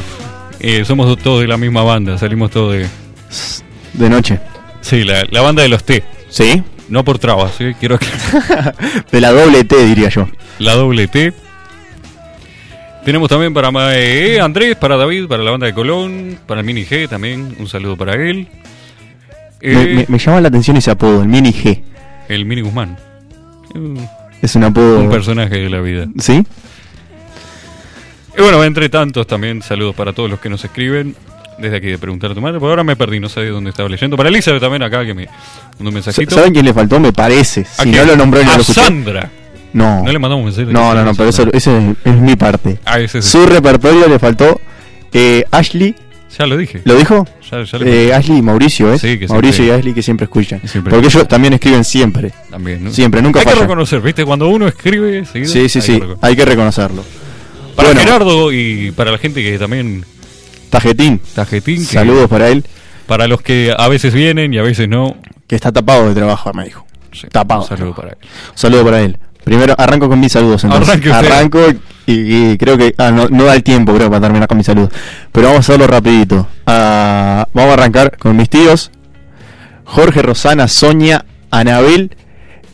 Eh, somos todos de la misma banda. Salimos todos de.
De noche.
Sí, la, la banda de los T.
¿Sí?
No por trabas, ¿sí? quiero que
De la doble T, diría yo.
la doble T. Tenemos también para Ma- eh, Andrés, para David, para la banda de Colón, para el Mini G también, un saludo para él. Eh,
Me, me- me llama la atención ese apodo, el Mini G.
El Mini Guzmán. Un
Es un apodo.
un personaje de la vida.
¿Sí?
Y bueno, entre tantos también saludos para todos los que nos escriben. Desde aquí de preguntar a tu madre, por ahora me perdí, no sé de dónde estaba leyendo. Para Elizabeth también acá que me mandó un
Sa-
mensajito.
¿Saben quién le faltó? Me parece.
¿A
Si
quién?
no lo nombró, no
a
lo escuché.
Sandra.
No.
No le mandamos mensaje.
No, no, no, pero eso, eso es, es mi parte.
Ah, ese, ese.
Su repertorio le faltó eh, Ashley,
Ya lo dije.
¿lo dijo?
Ya, ya lo
Eh, Ashley y Mauricio, ¿eh?
Sí, que siempre-
Mauricio y Ashley que siempre escuchan.
Que siempre
Porque ellos también escriben siempre.
También, ¿no?
Siempre, nunca
Hay que
falla.
reconocer, ¿viste? Cuando uno escribe, seguido,
Sí, sí,
hay
sí,
que reconocer.
hay que reconocerlo.
Para
Bueno.
Gerardo y para la gente que también
Tajetín,
tajetín. que-
saludos para él,
Para los que a veces vienen y a veces no.
que está tapado de trabajo, me dijo.
sí,
Tapado.
Un saludo para él.
Saludo para él. Primero arranco con mis saludos. Entonces.
Arranque usted.
arranco y, y creo que ah, no, no da el tiempo creo para terminar con mis saludos. Pero vamos a hacerlo rapidito. Ah, vamos a arrancar con mis tíos. Jorge, Rosana, Sonia, Anabel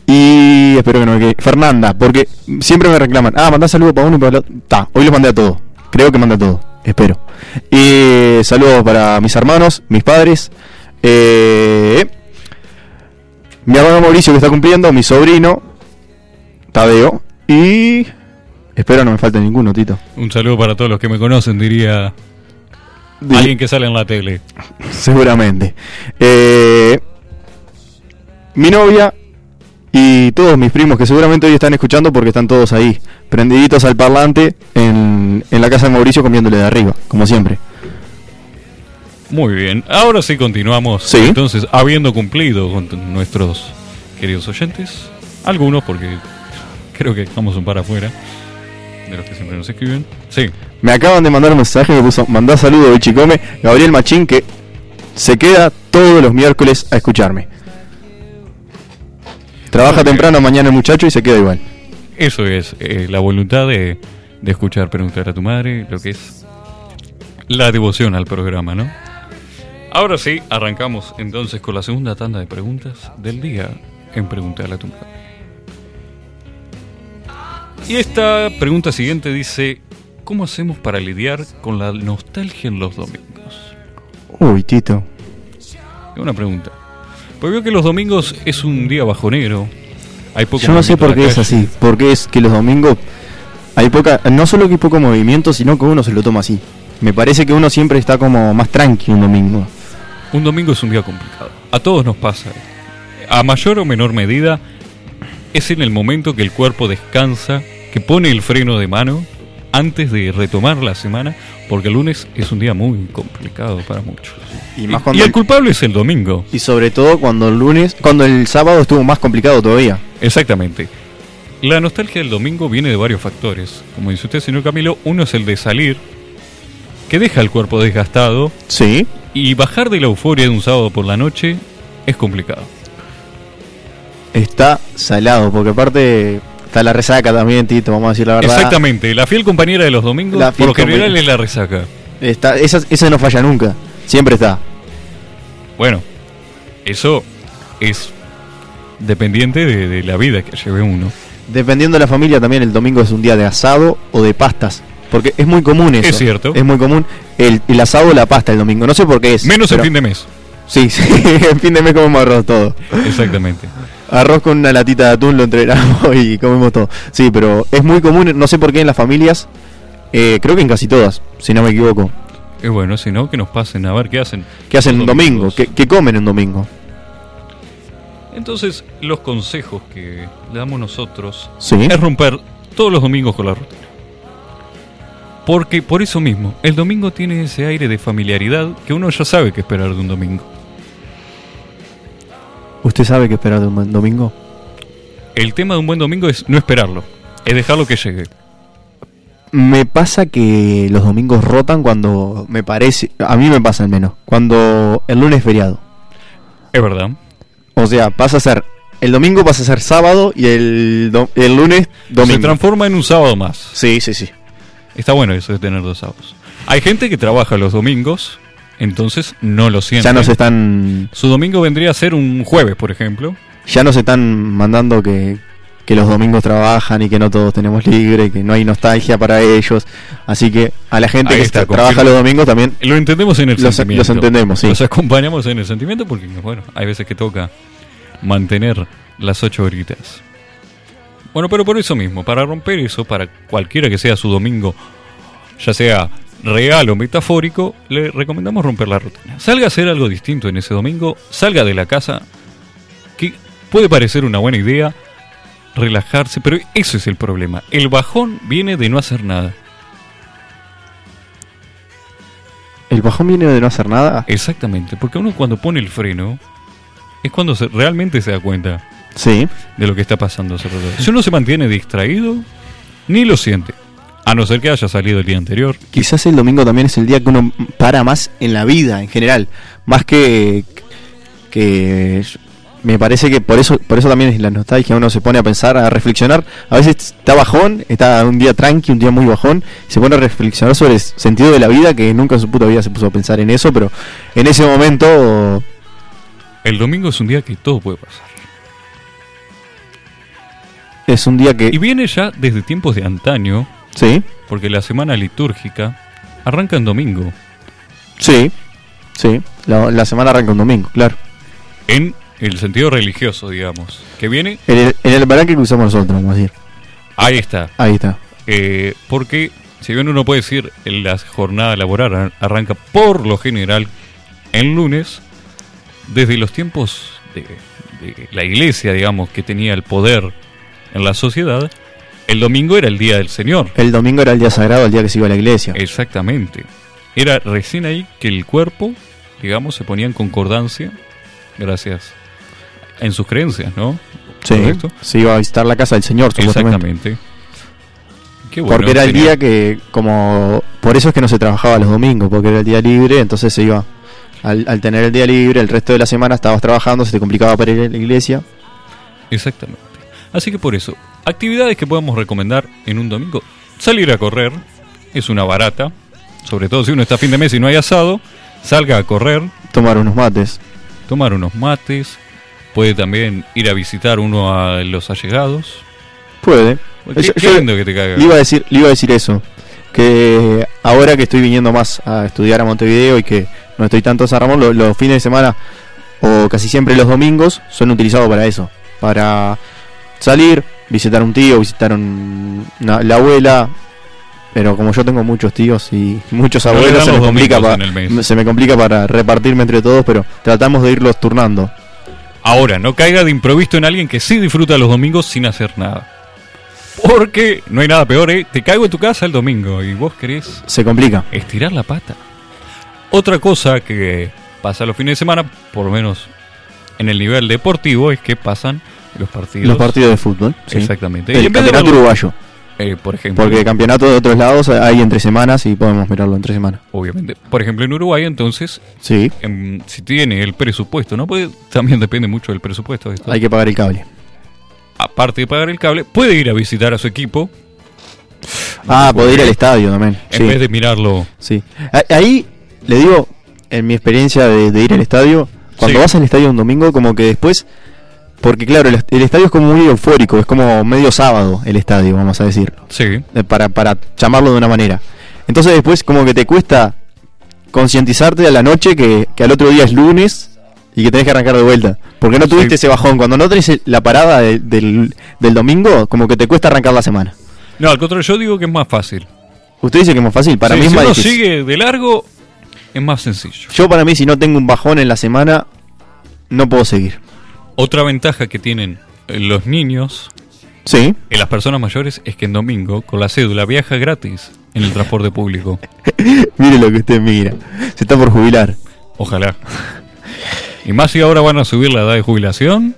y espero que no me quede. Fernanda, porque siempre me reclaman. Ah, mandá saludos para uno y para el otro. Ta, hoy los mandé a todos. Creo que mandé a todos. Espero. Y saludos para mis hermanos, mis padres. Eh, mi hermano Mauricio que está cumpliendo, mi sobrino, Tadeo, y... Espero no me falte ninguno, Tito.
Un saludo para todos los que me conocen, diría alguien que sale en la tele.
Seguramente. Eh, mi novia y todos mis primos que seguramente hoy están escuchando porque están todos ahí, prendiditos al parlante en, en la casa de Mauricio comiéndole de arriba, como siempre.
Muy bien. Ahora sí continuamos.
Sí.
Entonces, habiendo cumplido con t- nuestros queridos oyentes, algunos porque creo que dejamos un par afuera de los que siempre nos escriben. Sí.
Me acaban de mandar un mensaje que puso, mandá saludos, bichicome, Gabriel Machín que se queda todos los miércoles a escucharme. Trabaja
Ok.
temprano mañana el muchacho y se queda igual.
Eso es eh, la voluntad de, de escuchar preguntar a tu madre, lo que es la devoción al programa, ¿no? Ahora sí, arrancamos entonces con la segunda tanda de preguntas del día en Preguntarle a tu madre. Y esta pregunta siguiente dice, ¿cómo hacemos para lidiar con la nostalgia en los domingos?
Uy, Tito.
Es una pregunta. Pues veo que los domingos es un día bajonero. Hay poco
Yo no
movimiento
sé
en
por
la
qué es
calle.
así, porque es que los domingos hay poca, no solo que hay poco movimiento, sino que uno se lo toma así. Me parece que uno siempre está como más tranqui un domingo.
Un domingo es un día complicado. A todos nos pasa. A mayor o menor medida, es en el momento que el cuerpo descansa, que pone el freno de mano antes de retomar la semana, porque el lunes es un día muy complicado para muchos.
Y más cuando
el culpable es el domingo,
Y sobre todo cuando el lunes, cuando el sábado estuvo más complicado todavía.
exactamente. La nostalgia del domingo viene de varios factores. Como dice usted, señor Camilo, uno es el de salir, que deja el cuerpo desgastado,
Sí.
y bajar de la euforia de un sábado por la noche es complicado.
Está salado, porque aparte está la resaca también, Tito, vamos a decir la verdad.
Exactamente, la fiel compañera de los domingos,
La
por
fiel
lo general
compañera.
es la resaca.
Está, esa, esa no falla nunca, siempre está.
Bueno, eso es dependiente de, de la vida que lleve uno.
Dependiendo de la familia también el domingo es un día de asado o de pastas. Porque es muy común eso.
Es cierto.
Es muy común el, el asado o la pasta el domingo. No sé por qué es.
Menos
pero-
en fin de mes,
Sí, sí. en fin de mes comemos arroz todo.
exactamente.
Arroz con una latita de atún lo entrenamos y comemos todo. Sí, pero es muy común, no sé por qué en las familias. eh, creo que en casi todas, si no me equivoco.
Y bueno, si no, que nos pasen a ver qué hacen.
¿Qué hacen un
los
domingo?
domingos.
¿Qué, qué comen un domingo?
Entonces, los consejos que le damos nosotros
Sí.
es romper todos los domingos con la rutina. Porque por eso mismo, el domingo tiene ese aire de familiaridad que uno ya sabe qué esperar de un domingo.
¿Usted sabe qué esperar de un buen domingo?
El tema de un buen domingo es no esperarlo, es dejarlo que llegue.
Me pasa que los domingos rotan cuando me parece, a mí me pasa al menos, cuando el lunes es feriado.
Es verdad.
O sea, pasa a ser, el domingo pasa a ser sábado y el, do- el lunes
Se
domingo.
transforma en un sábado más.
Sí, sí, sí.
Está bueno eso de tener dos sábados. Hay gente que trabaja los domingos, entonces no lo siente.
Ya nos están,
Su domingo vendría a ser un jueves, por ejemplo.
ya nos están mandando que, que los domingos trabajan y que no todos tenemos libre, que no hay nostalgia para ellos. Así que a la gente
Ahí
que
está,
tra- trabaja
confirmo.
los domingos también
Lo entendemos en el
Los-
sentimiento.
los entendemos, sí.
Los acompañamos en el sentimiento porque, bueno, hay veces que toca mantener las ocho horitas. Bueno, pero por eso mismo, para romper eso, para cualquiera que sea su domingo, ya sea real o metafórico, le recomendamos romper la rutina. Salga a hacer algo distinto en ese domingo, salga de la casa, que puede parecer una buena idea, relajarse, pero eso es el problema. El bajón viene de no hacer nada.
El bajón viene de no hacer
Eh.
nada.
Exactamente, porque uno cuando pone el freno es cuando se- realmente se da cuenta
Sí.
de lo que está pasando a su alrededor. Si uno se mantiene distraído, ni lo siente. A no ser que haya salido el día anterior.
Quizás el domingo también es el día que uno para más en la vida en general. Más que. que me parece que por eso, por eso también es la nostalgia. Uno se pone a pensar, a reflexionar. A veces está bajón, está un día tranqui, un día muy bajón. y se pone a reflexionar sobre el sentido de la vida, que nunca en su puta vida se puso a pensar en eso, pero en ese momento.
El domingo es un día que todo puede pasar.
Es un día que.
Y viene ya desde tiempos de antaño,
Sí,
porque la semana litúrgica arranca en domingo.
sí, sí. La, la semana arranca un domingo, claro.
En el sentido religioso, digamos. Que viene,
En el, en el almanaque que usamos nosotros, vamos a decir.
ahí está.
Ahí está.
Eh, porque, si bien uno puede decir, la jornada laboral ar- arranca por lo general en lunes, desde los tiempos de, de la iglesia, digamos, que tenía el poder en la sociedad, el domingo era el día del Señor.
El domingo era el día sagrado, el día que se iba a la iglesia.
Exactamente. Era recién ahí que el cuerpo, digamos, se ponía en concordancia, gracias, en sus creencias, ¿no?
Sí,
¿Correcto?
se iba a visitar la casa del Señor, supuestamente.
Exactamente. Qué bueno,
Porque era el
tenía-
día que, como. Por eso es que no se trabajaba los domingos, porque era el día libre, entonces se iba. Al, al tener el día libre, el resto de la semana estabas trabajando, se te complicaba para ir a la iglesia.
Exactamente. Así que por eso, actividades que podemos recomendar en un domingo. Salir a correr es una barata, sobre todo si uno está a fin de mes y no hay asado, salga a correr,
Tomar unos mates.
tomar unos mates, puede también ir a visitar uno a los allegados.
Puede.
Qué,
Yo-
qué
yo-
lindo que te
Le
caiga.
iba a decir, le iba a decir eso. Que ahora que estoy viniendo más a estudiar a Montevideo y que no estoy tanto en San Ramón, lo- los fines de semana o casi siempre los domingos son utilizados para eso. Para salir, visitar un tío, visitar un- una- la abuela. Pero como yo tengo muchos tíos y muchos
No le
abuelos,
dan
se,
los
me complica
domingos
pa-
en el mes.
se me complica para repartirme entre todos, pero tratamos de irlos turnando.
Ahora, no caiga de improviso en alguien que sí disfruta los domingos sin hacer nada. Porque no hay nada peor, ¿eh? Te caigo en tu casa el domingo y vos querés
Se complica.
estirar la pata. Otra cosa que pasa los fines de semana, por lo menos en el nivel deportivo, es que pasan los partidos.
Los partidos de fútbol. sí.
Exactamente. Y
El
en vez de
campeonato
verlo-
uruguayo.
eh, por ejemplo,
Porque campeonato de otros lados eh, hay entre semanas y podemos mirarlo entre semanas.
obviamente, por ejemplo en Uruguay, entonces,
Sí,
em, si tiene el presupuesto, no puede, también depende mucho del presupuesto. esto.
hay que pagar el cable.
Aparte de pagar el cable, puede ir a visitar a su equipo
Ah, poder ir al estadio también.
en vez de mirarlo.
Sí, sí. A- Ahí le digo, en mi experiencia de, de ir al estadio, cuando
Sí.
vas al estadio un domingo, como que después. Porque claro, el, est- el estadio es como muy eufórico, es como medio sábado el estadio, vamos a decirlo.
Sí,
eh, Para, para llamarlo de una manera. Entonces después, como que te cuesta concientizarte a la noche que, que al otro día es lunes y que tenés que arrancar de vuelta. Porque no tuviste
Sí.
ese bajón. Cuando no tenés el- la parada de- del, del domingo, como que te cuesta arrancar la semana.
no, al contrario, yo digo que es más fácil.
Usted dice que es más fácil, para
Sí,
mí es
si
más
uno
difícil.
sigue de largo, es más sencillo.
Yo para mí si no tengo un bajón en la semana, no puedo seguir.
Otra ventaja que tienen eh, los niños
Sí.
y las personas mayores es que en domingo con la cédula viaja gratis en el transporte público.
Mire lo que usted mira. Se está por jubilar.
Ojalá. Y más si ahora van a subir la edad de jubilación,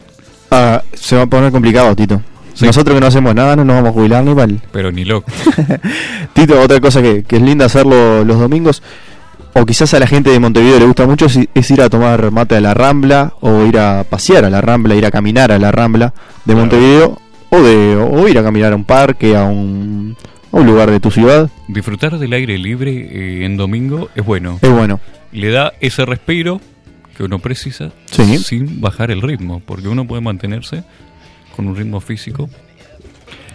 Ah, se va a poner complicado, Tito.
Sí.
Nosotros que no hacemos nada no nos vamos a jubilar ni mal.
Pero ni loco.
Tito, otra cosa que, que es linda hacerlo los domingos, o quizás a la gente de Montevideo le gusta mucho, es, i- es ir a tomar mate a la Rambla, o ir a pasear a la Rambla, ir a caminar a la Rambla de Montevideo, o, de, o ir a caminar a un parque, a un, a un lugar de tu ciudad.
Disfrutar del aire libre eh, en domingo es bueno.
Es bueno.
Le da ese respiro que uno precisa
Sí.
sin bajar el ritmo, porque uno puede mantenerse con un ritmo físico.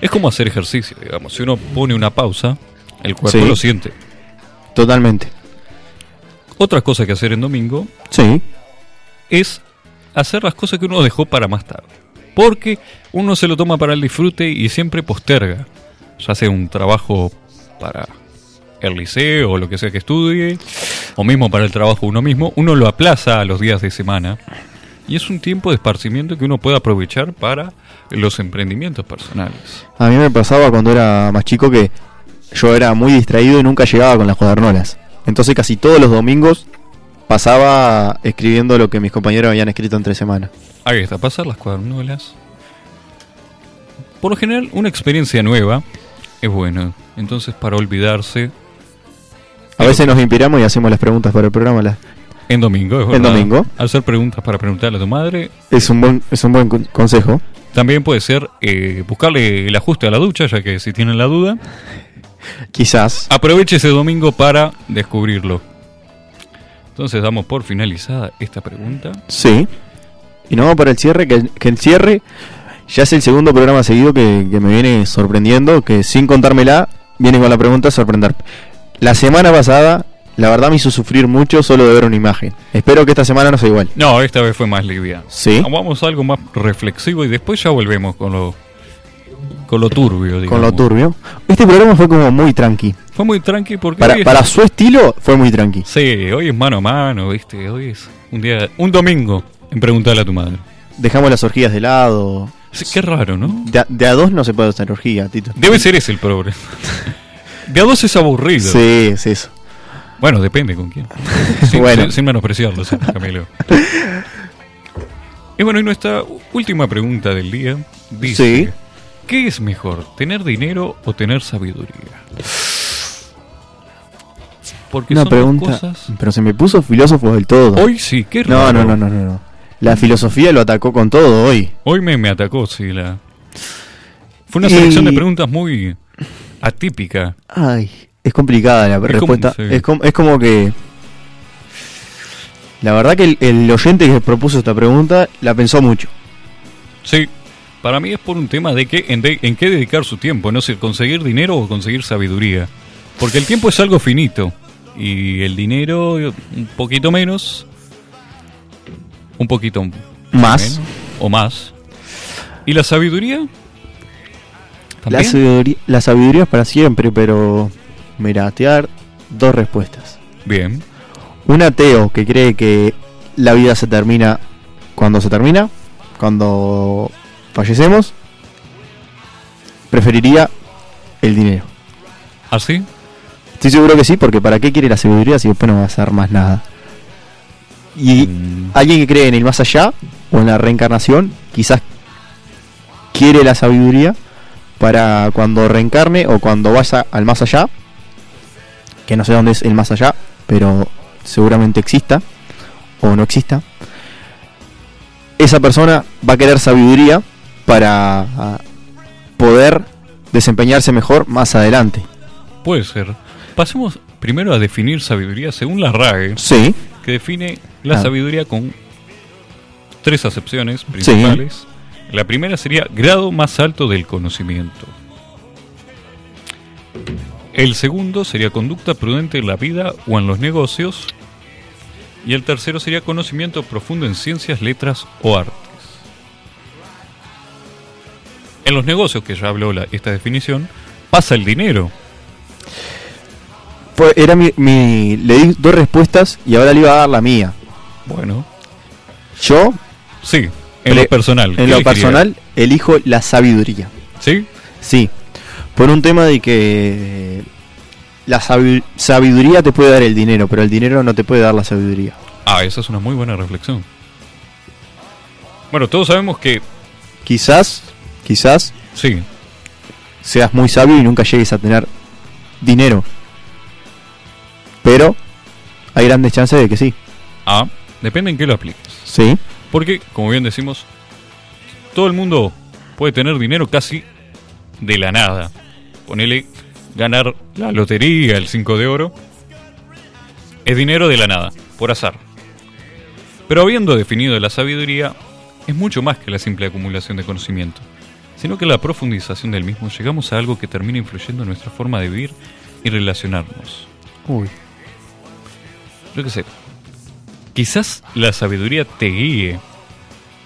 Es como hacer ejercicio, digamos. Si uno pone una pausa, el cuerpo
Sí.
lo siente.
Totalmente.
Otra cosa que hacer en domingo
Sí.
es hacer las cosas que uno dejó para más tarde. Porque uno se lo toma para el disfrute y siempre posterga. Ya sea un trabajo para el liceo o lo que sea que estudie, o mismo para el trabajo uno mismo, uno lo aplaza a los días de semana. Y es un tiempo de esparcimiento que uno puede aprovechar para los emprendimientos personales.
A mí me pasaba cuando era más chico que yo era muy distraído y nunca llegaba con las cuadernolas. Entonces casi todos los domingos pasaba escribiendo lo que mis compañeros habían escrito en tres semanas.
Ahí está, pasar las cuadernolas. Por lo general, una experiencia nueva es bueno. Entonces, para olvidarse,
A veces nos inspiramos y hacemos las preguntas para el programa. las-
En domingo, es
En
verdad.
domingo.
Hacer preguntas para preguntarle a tu madre.
Es un buen, es un buen con- consejo.
También puede ser eh, buscarle el ajuste a la ducha, ya que si tienen la duda,
Quizás.
aproveche ese domingo para descubrirlo. Entonces damos por finalizada esta pregunta.
Sí. Y no para el cierre, que el, que el cierre ya es el segundo programa seguido que, que me viene sorprendiendo, que sin contármela, viene con la pregunta a sorprender. La semana pasada, la verdad me hizo sufrir mucho solo de ver una imagen. Espero que esta semana no sea igual.
No, esta vez fue más liviana.
Sí.
Vamos a algo más reflexivo y después ya volvemos con lo, con lo turbio.
Con
digamos.
lo turbio. Este programa fue como muy tranqui.
Fue muy tranqui porque... hoy
Para,
es-
para su estilo, fue muy tranqui.
Sí, hoy es mano a mano, ¿viste? Hoy es un día... Un domingo en preguntarle a tu madre.
Dejamos las orgías de lado.
Sí, qué raro, ¿no?
De a, de a dos no se puede hacer orgía, Tito.
Debe ser ese el problema. De a dos es aburrido.
Sí, es eso.
Bueno, depende con quién. Sin,
Bueno.
sin- sin menospreciarlo, sí, Camilo. Y bueno, y nuestra última pregunta del día dice:
Sí.
¿Qué es mejor, tener dinero o tener sabiduría? Porque
Una
son dos
pregunta.
cosas-
Pero se me puso filósofo del todo.
Hoy sí, qué
No,
raro.
no, no, no, no, no. La filosofía lo atacó con todo hoy.
Hoy me, me atacó, sí. La... Fue una
Y-
selección de preguntas muy atípica.
Ay, es complicada la
como-
respuesta.
sí.
Es, com- es como que. La verdad que el, el oyente que propuso esta pregunta la pensó mucho.
Sí, para mí es por un tema de que en, de- en qué dedicar su tiempo, no sé, conseguir dinero o conseguir sabiduría. Porque el tiempo es algo finito y el dinero eh, un poquito menos, un poquito m-
Más.
menos, o más. ¿Y la sabiduría?
La
¿También?
sabiduría, la sabiduría es para siempre, pero. Mira, te voy a dar dos respuestas.
Bien,
Un ateo que cree que la vida se termina cuando se termina, cuando fallecemos, preferiría el dinero.
así.
Estoy seguro que sí, porque ¿para qué quiere la sabiduría si después no va a hacer más nada? Y
Mm.
alguien que cree en el más allá o en la reencarnación, quizás quiere la sabiduría para cuando reencarne o cuando vaya al más allá, que no sé dónde es el más allá, pero seguramente exista o no exista. Esa persona va a querer sabiduría para ah, poder desempeñarse mejor más adelante.
Puede ser. Pasemos primero a definir sabiduría según la E. RAE,
Sí,
que define la
Ah.
sabiduría con tres acepciones principales. La primera sería grado más alto del conocimiento. El segundo sería conducta prudente en la vida o en los negocios. Y el tercero sería conocimiento profundo en ciencias, letras o artes. En los negocios, que ya habló la- esta definición, pasa el dinero.
Fue- era mi, mi- Le di dos respuestas y ahora le iba a dar la mía.
Bueno,
Yo,
sí, en
pre-
lo personal. ¿qué
En lo
elegiría?
personal, elijo la sabiduría.
¿Sí?
Sí. Por un tema de que la sabi- sabiduría te puede dar el dinero, pero el dinero no te puede dar la sabiduría.
Ah, esa es una muy buena reflexión. Bueno, todos sabemos que
Quizás, quizás
Sí.
seas muy sabio y nunca llegues a tener dinero. Pero hay grandes chances de que sí.
Ah, depende en qué lo apliques.
Sí.
Porque, como bien decimos, todo el mundo puede tener dinero casi de la nada. Ponele ganar la lotería, el 5 de oro. Es dinero de la nada, por azar. Pero habiendo definido la sabiduría, es mucho más que la simple acumulación de conocimiento, sino que la profundización del mismo llegamos a algo que termina influyendo en nuestra forma de vivir y relacionarnos.
Uy.
Yo qué sé. Quizás la sabiduría te guíe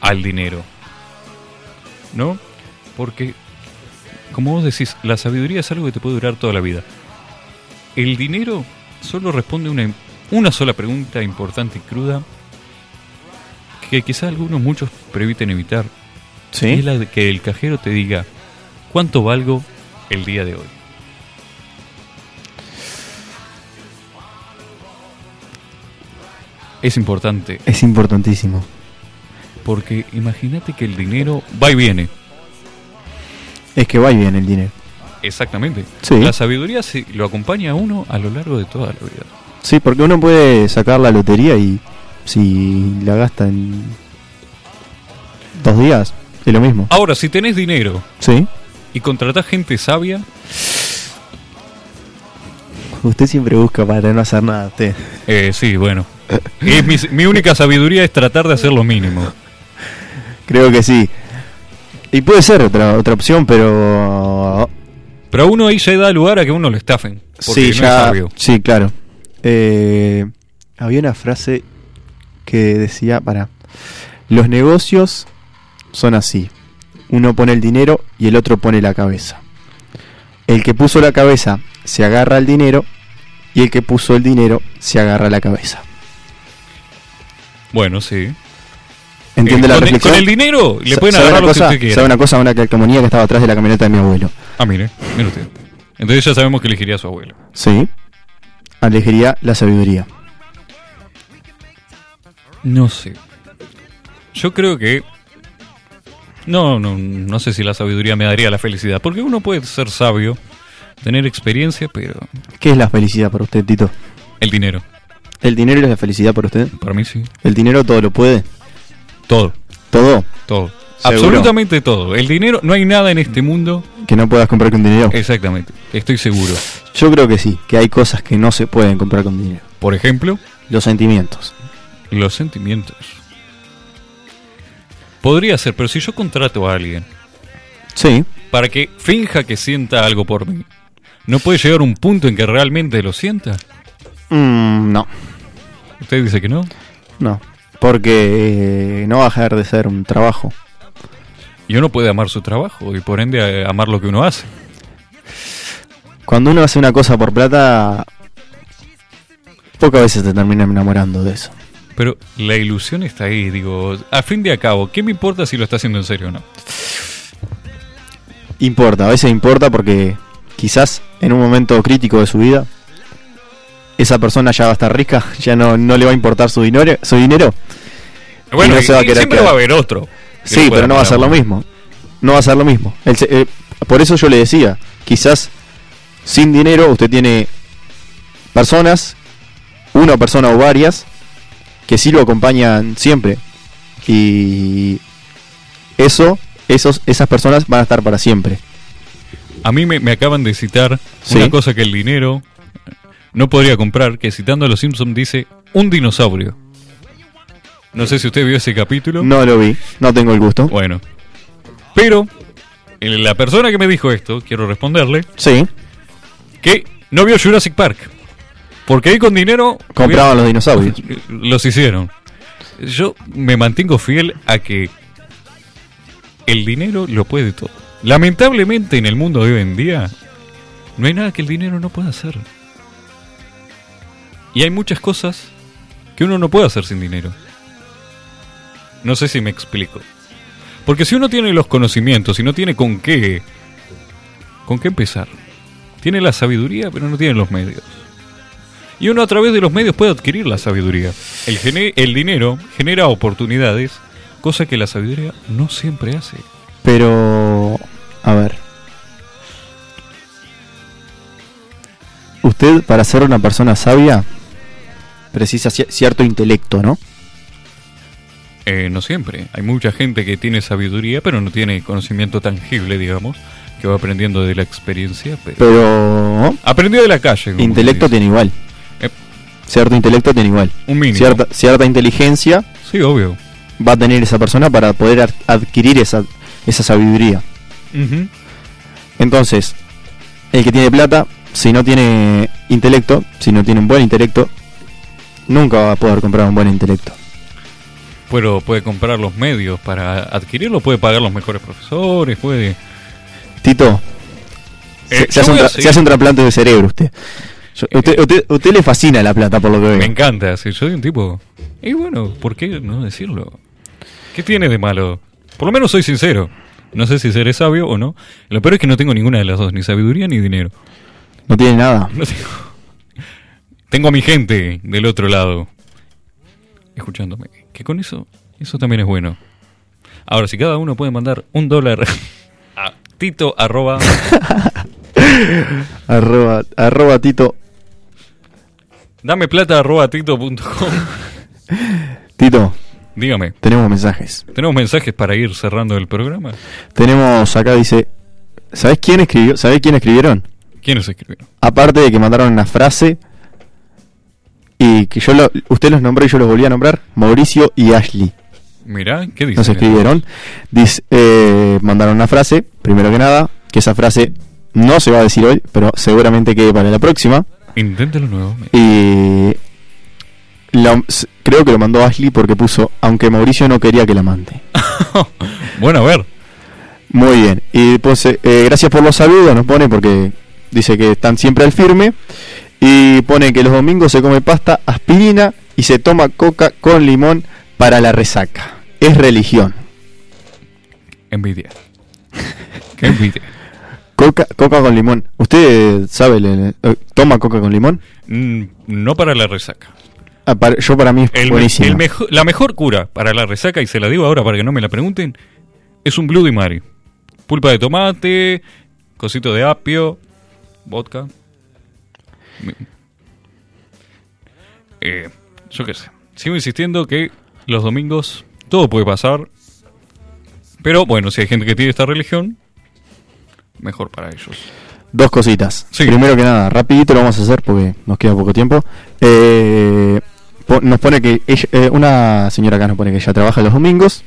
al dinero. ¿No? Porque, como vos decís, la sabiduría es algo que te puede durar toda la vida. El dinero solo responde una, una sola pregunta importante y cruda que quizás algunos muchos previten evitar.
Sí.
Y es la de que el cajero te diga, ¿cuánto valgo el día de hoy? Es importante
Es importantísimo.
porque imagínate que el dinero va y viene.
Es que va y viene el dinero.
Exactamente.
Sí.
La sabiduría sí, lo acompaña a uno a lo largo de toda la vida.
Sí, porque uno puede sacar la lotería y si la gasta en dos días, es lo mismo.
Ahora, si tenés dinero
Sí.
y contratás gente sabia,
Usted siempre busca para no hacer nada. Usted.
eh, sí, bueno. Es mi, mi única sabiduría es tratar de hacer lo mínimo.
Creo que sí. Y puede ser otra, otra opción, pero...
Pero a uno ahí ya da lugar a que uno lo estafen. Porque
sí,
no es
ya...
sabio.
Sí, claro. Eh, había una frase que decía, para, los negocios son así. Uno pone el dinero y el otro pone la cabeza. El que puso la cabeza se agarra al dinero y el que puso el dinero se agarra a la cabeza.
Bueno, sí.
¿Entiende
Eh,
la
con, el,
reflexión?
con el dinero le
Sa-
pueden
¿sabe
agarrar
una
lo que
cosa?
usted quiera.
¿Sabe una cosa? Una calcomanía que estaba atrás de la camioneta de mi abuelo.
Ah, mire, mire usted. Entonces ya sabemos que elegiría a su abuelo.
Sí. Alejería la sabiduría.
No sé. Yo creo que. No, no, no sé si la sabiduría me daría la felicidad. Porque uno puede ser sabio, tener experiencia, pero.
¿Qué es la felicidad para usted, Tito?
El dinero.
¿El dinero es la felicidad para usted?
Para mí sí.
¿El dinero todo lo puede?
Todo.
¿Todo?
Todo.
¿Seguro?
Absolutamente todo. El dinero, no hay nada en este mundo.
¿Que no puedas comprar con dinero?
Eh. Exactamente. Estoy seguro.
Yo creo que sí, que hay cosas que no se pueden comprar con dinero.
Por ejemplo,
Los sentimientos.
los sentimientos. Podría ser, pero si yo contrato a alguien
Sí.
para que finja que sienta algo por mí, ¿no puede llegar un punto en que realmente lo sienta?
Mm, no,
Usted dice que no.
no. Porque eh, no va a dejar de ser un trabajo.
Y uno puede amar su trabajo y por ende eh, amar lo que uno hace.
Cuando uno hace una cosa por plata, pocas veces te termina enamorando de eso.
Pero la ilusión está ahí, digo, a fin de a cabo, ¿qué me importa si lo está haciendo en serio o no?
Importa, a veces importa porque quizás en un momento crítico de su vida esa persona ya va a estar rica, ya no, no le va a importar su dinero, su dinero.
Bueno,
no se va a
y- y
querer
siempre
quedar.
va a haber otro. que
Sí,
lo pueda
pero no va a
amar
ser lo
uno.
mismo. No va a ser lo mismo. El se- eh, por eso yo le decía, quizás sin dinero usted tiene personas, una persona o varias, que sí lo acompañan siempre. Y eso, esos, esas personas van a estar para siempre.
A mí me, me acaban de citar
Sí.
una cosa que el dinero no podría comprar, que citando a los Simpsons dice un dinosaurio. No sé si usted vio ese capítulo.
No lo vi, no tengo el gusto.
Bueno. Pero eh, la persona que me dijo esto, quiero responderle,
Sí,
que no vio Jurassic Park. Porque ahí con dinero
compraban los dinosaurios.
hubiera- los hicieron. Yo me mantengo fiel a que el dinero lo puede todo. Lamentablemente en el mundo de hoy en día no hay nada que el dinero no pueda hacer. Y hay muchas cosas que uno no puede hacer sin dinero. No sé si me explico. Porque si uno tiene los conocimientos y no tiene con qué con qué empezar. Tiene la sabiduría, pero no tiene los medios. Y uno a través de los medios puede adquirir la sabiduría. El, gene- el dinero genera oportunidades, cosa que la sabiduría no siempre hace.
Pero A ver. Usted, para ser una persona sabia, precisa cier- cierto intelecto, ¿no?
Eh, no siempre. Hay mucha gente que tiene sabiduría, pero no tiene conocimiento tangible, digamos, que va aprendiendo de la experiencia. Pero...
Pero.
Aprendió de la calle. como
intelecto
se dice.
tiene igual.
Eh.
Cierto intelecto tiene igual.
Un mínimo.
Cierta, cierta inteligencia
Sí, obvio.
va a tener esa persona para poder ad- adquirir esa, esa sabiduría.
Ujú.
Entonces, el que tiene plata, si no tiene intelecto, si no tiene un buen intelecto, nunca va a poder comprar un buen intelecto.
Pero puede comprar los medios para adquirirlo, puede pagar los mejores profesores, puede...
Tito,
Eh, yo
se, se hace un
voy a
tra-
seguir. Eh,
se hace un trasplante de cerebro usted. Yo- usted, usted- usted le fascina la plata, por lo que veo.
Me encanta, si soy un tipo... Y bueno, ¿por qué no decirlo? ¿Qué tiene de malo? Por lo menos soy sincero. No sé si seré sabio o no. Lo peor es que no tengo ninguna de las dos, ni sabiduría ni dinero.
No tiene nada.
No tengo. Tengo a mi gente del otro lado. Escuchándome. Que con eso, eso también es bueno. Ahora, si cada uno puede mandar un dólar a tito arroba
Arroba, arroba Tito,
dame plata arroba tito punto com.
Tito,
Dígame,
tenemos mensajes.
¿tenemos mensajes para ir cerrando el programa?
Tenemos acá, dice, ¿sabés quién escribió? ¿Sabés quién escribieron?
¿Quiénes escribieron?
Aparte de que mandaron una frase y que yo lo- usted los nombró y yo los volví a nombrar, Mauricio y Ashley.
Mirá, ¿qué dicen?
Nos escribieron, Dice, eh, mandaron una frase, primero que nada, que esa frase no se va a decir hoy, pero seguramente quede para la próxima.
Inténtalo nuevamente.
Y la- s- creo que lo mandó Ashley porque puso, aunque Mauricio no quería que la mande.
bueno, a ver.
Muy bien. Y pues eh, eh, gracias por los saludos, nos pone porque dice que están siempre al firme. Y pone que los domingos se come pasta, aspirina y se toma coca con limón para la resaca. Es religión.
Envidia. Qué envidia.
Coca, coca con limón. ¿Usted sabe, le- eh, toma coca con limón?
Mm, no para la resaca.
Ah, para- yo para mí es
El me-
buenísimo.
el mejo- la mejor cura para la resaca, y se la digo ahora para que no me la pregunten, es un Bloody Mary. Pulpa de tomate, cosito de apio, vodka. Mi- Eh, yo qué sé. Sigo insistiendo que los domingos todo puede pasar. Pero bueno, si hay gente que tiene esta religión, mejor para ellos.
Dos cositas.
Sí.
Primero que nada, rapidito lo vamos a hacer porque nos queda poco tiempo. Eh, po- nos pone que ella- eh, una señora acá nos pone que ella trabaja los domingos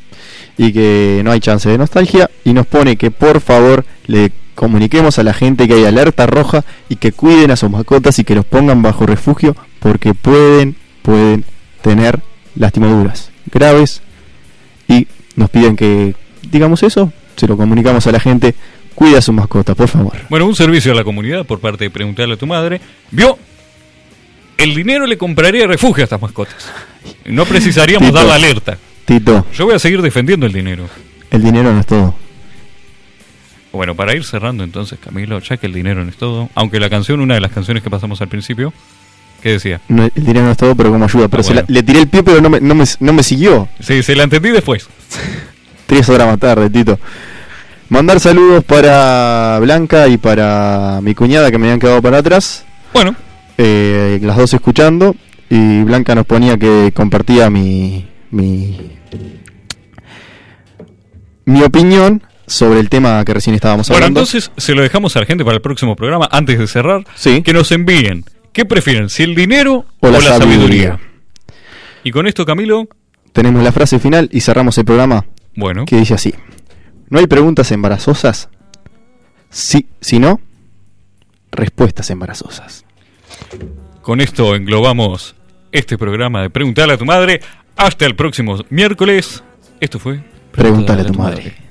y que no hay chance de nostalgia y nos pone que por favor le comuniquemos a la gente que hay alerta roja y que cuiden a sus mascotas y que los pongan bajo refugio porque pueden, pueden tener lastimaduras graves y nos piden que digamos eso, se lo comunicamos a la gente, cuida a su mascota, por favor.
Bueno, un servicio a la comunidad por parte de preguntarle a tu madre. Vio, el dinero le compraría refugio a estas mascotas. No precisaríamos
Tito.
dar la alerta.
Tito,
Yo voy a seguir defendiendo el dinero.
el dinero no es todo.
Bueno, para ir cerrando entonces, Camilo, ya que el dinero no es todo, aunque la canción, una de las canciones que pasamos al principio, ¿qué decía?
No, el dinero no es todo, pero como ayuda. Pero
Ah,
se la-
bueno.
le tiré el pie, pero no me, no me- no me siguió.
Sí, se la entendí después.
Tres horas más tarde, Tito. Mandar saludos para Blanca y para mi cuñada que me habían quedado para atrás.
Bueno,
Eh, las dos escuchando. Y Blanca nos ponía que compartía mi, mi, mi opinión sobre el tema que recién estábamos
bueno,
hablando.
entonces se lo dejamos a la gente para el próximo programa, antes de cerrar,
Sí.
que nos envíen. ¿Qué prefieren? ¿Si el dinero
O la
sabiduría?
sabiduría.
Y con esto, Camilo,
tenemos la frase final y cerramos el programa.
bueno,
que dice así: No hay preguntas embarazosas, sí, sino respuestas embarazosas.
Con esto englobamos este programa de Preguntarle a tu madre. Hasta el próximo miércoles. Esto fue
Pregúntale a tu madre.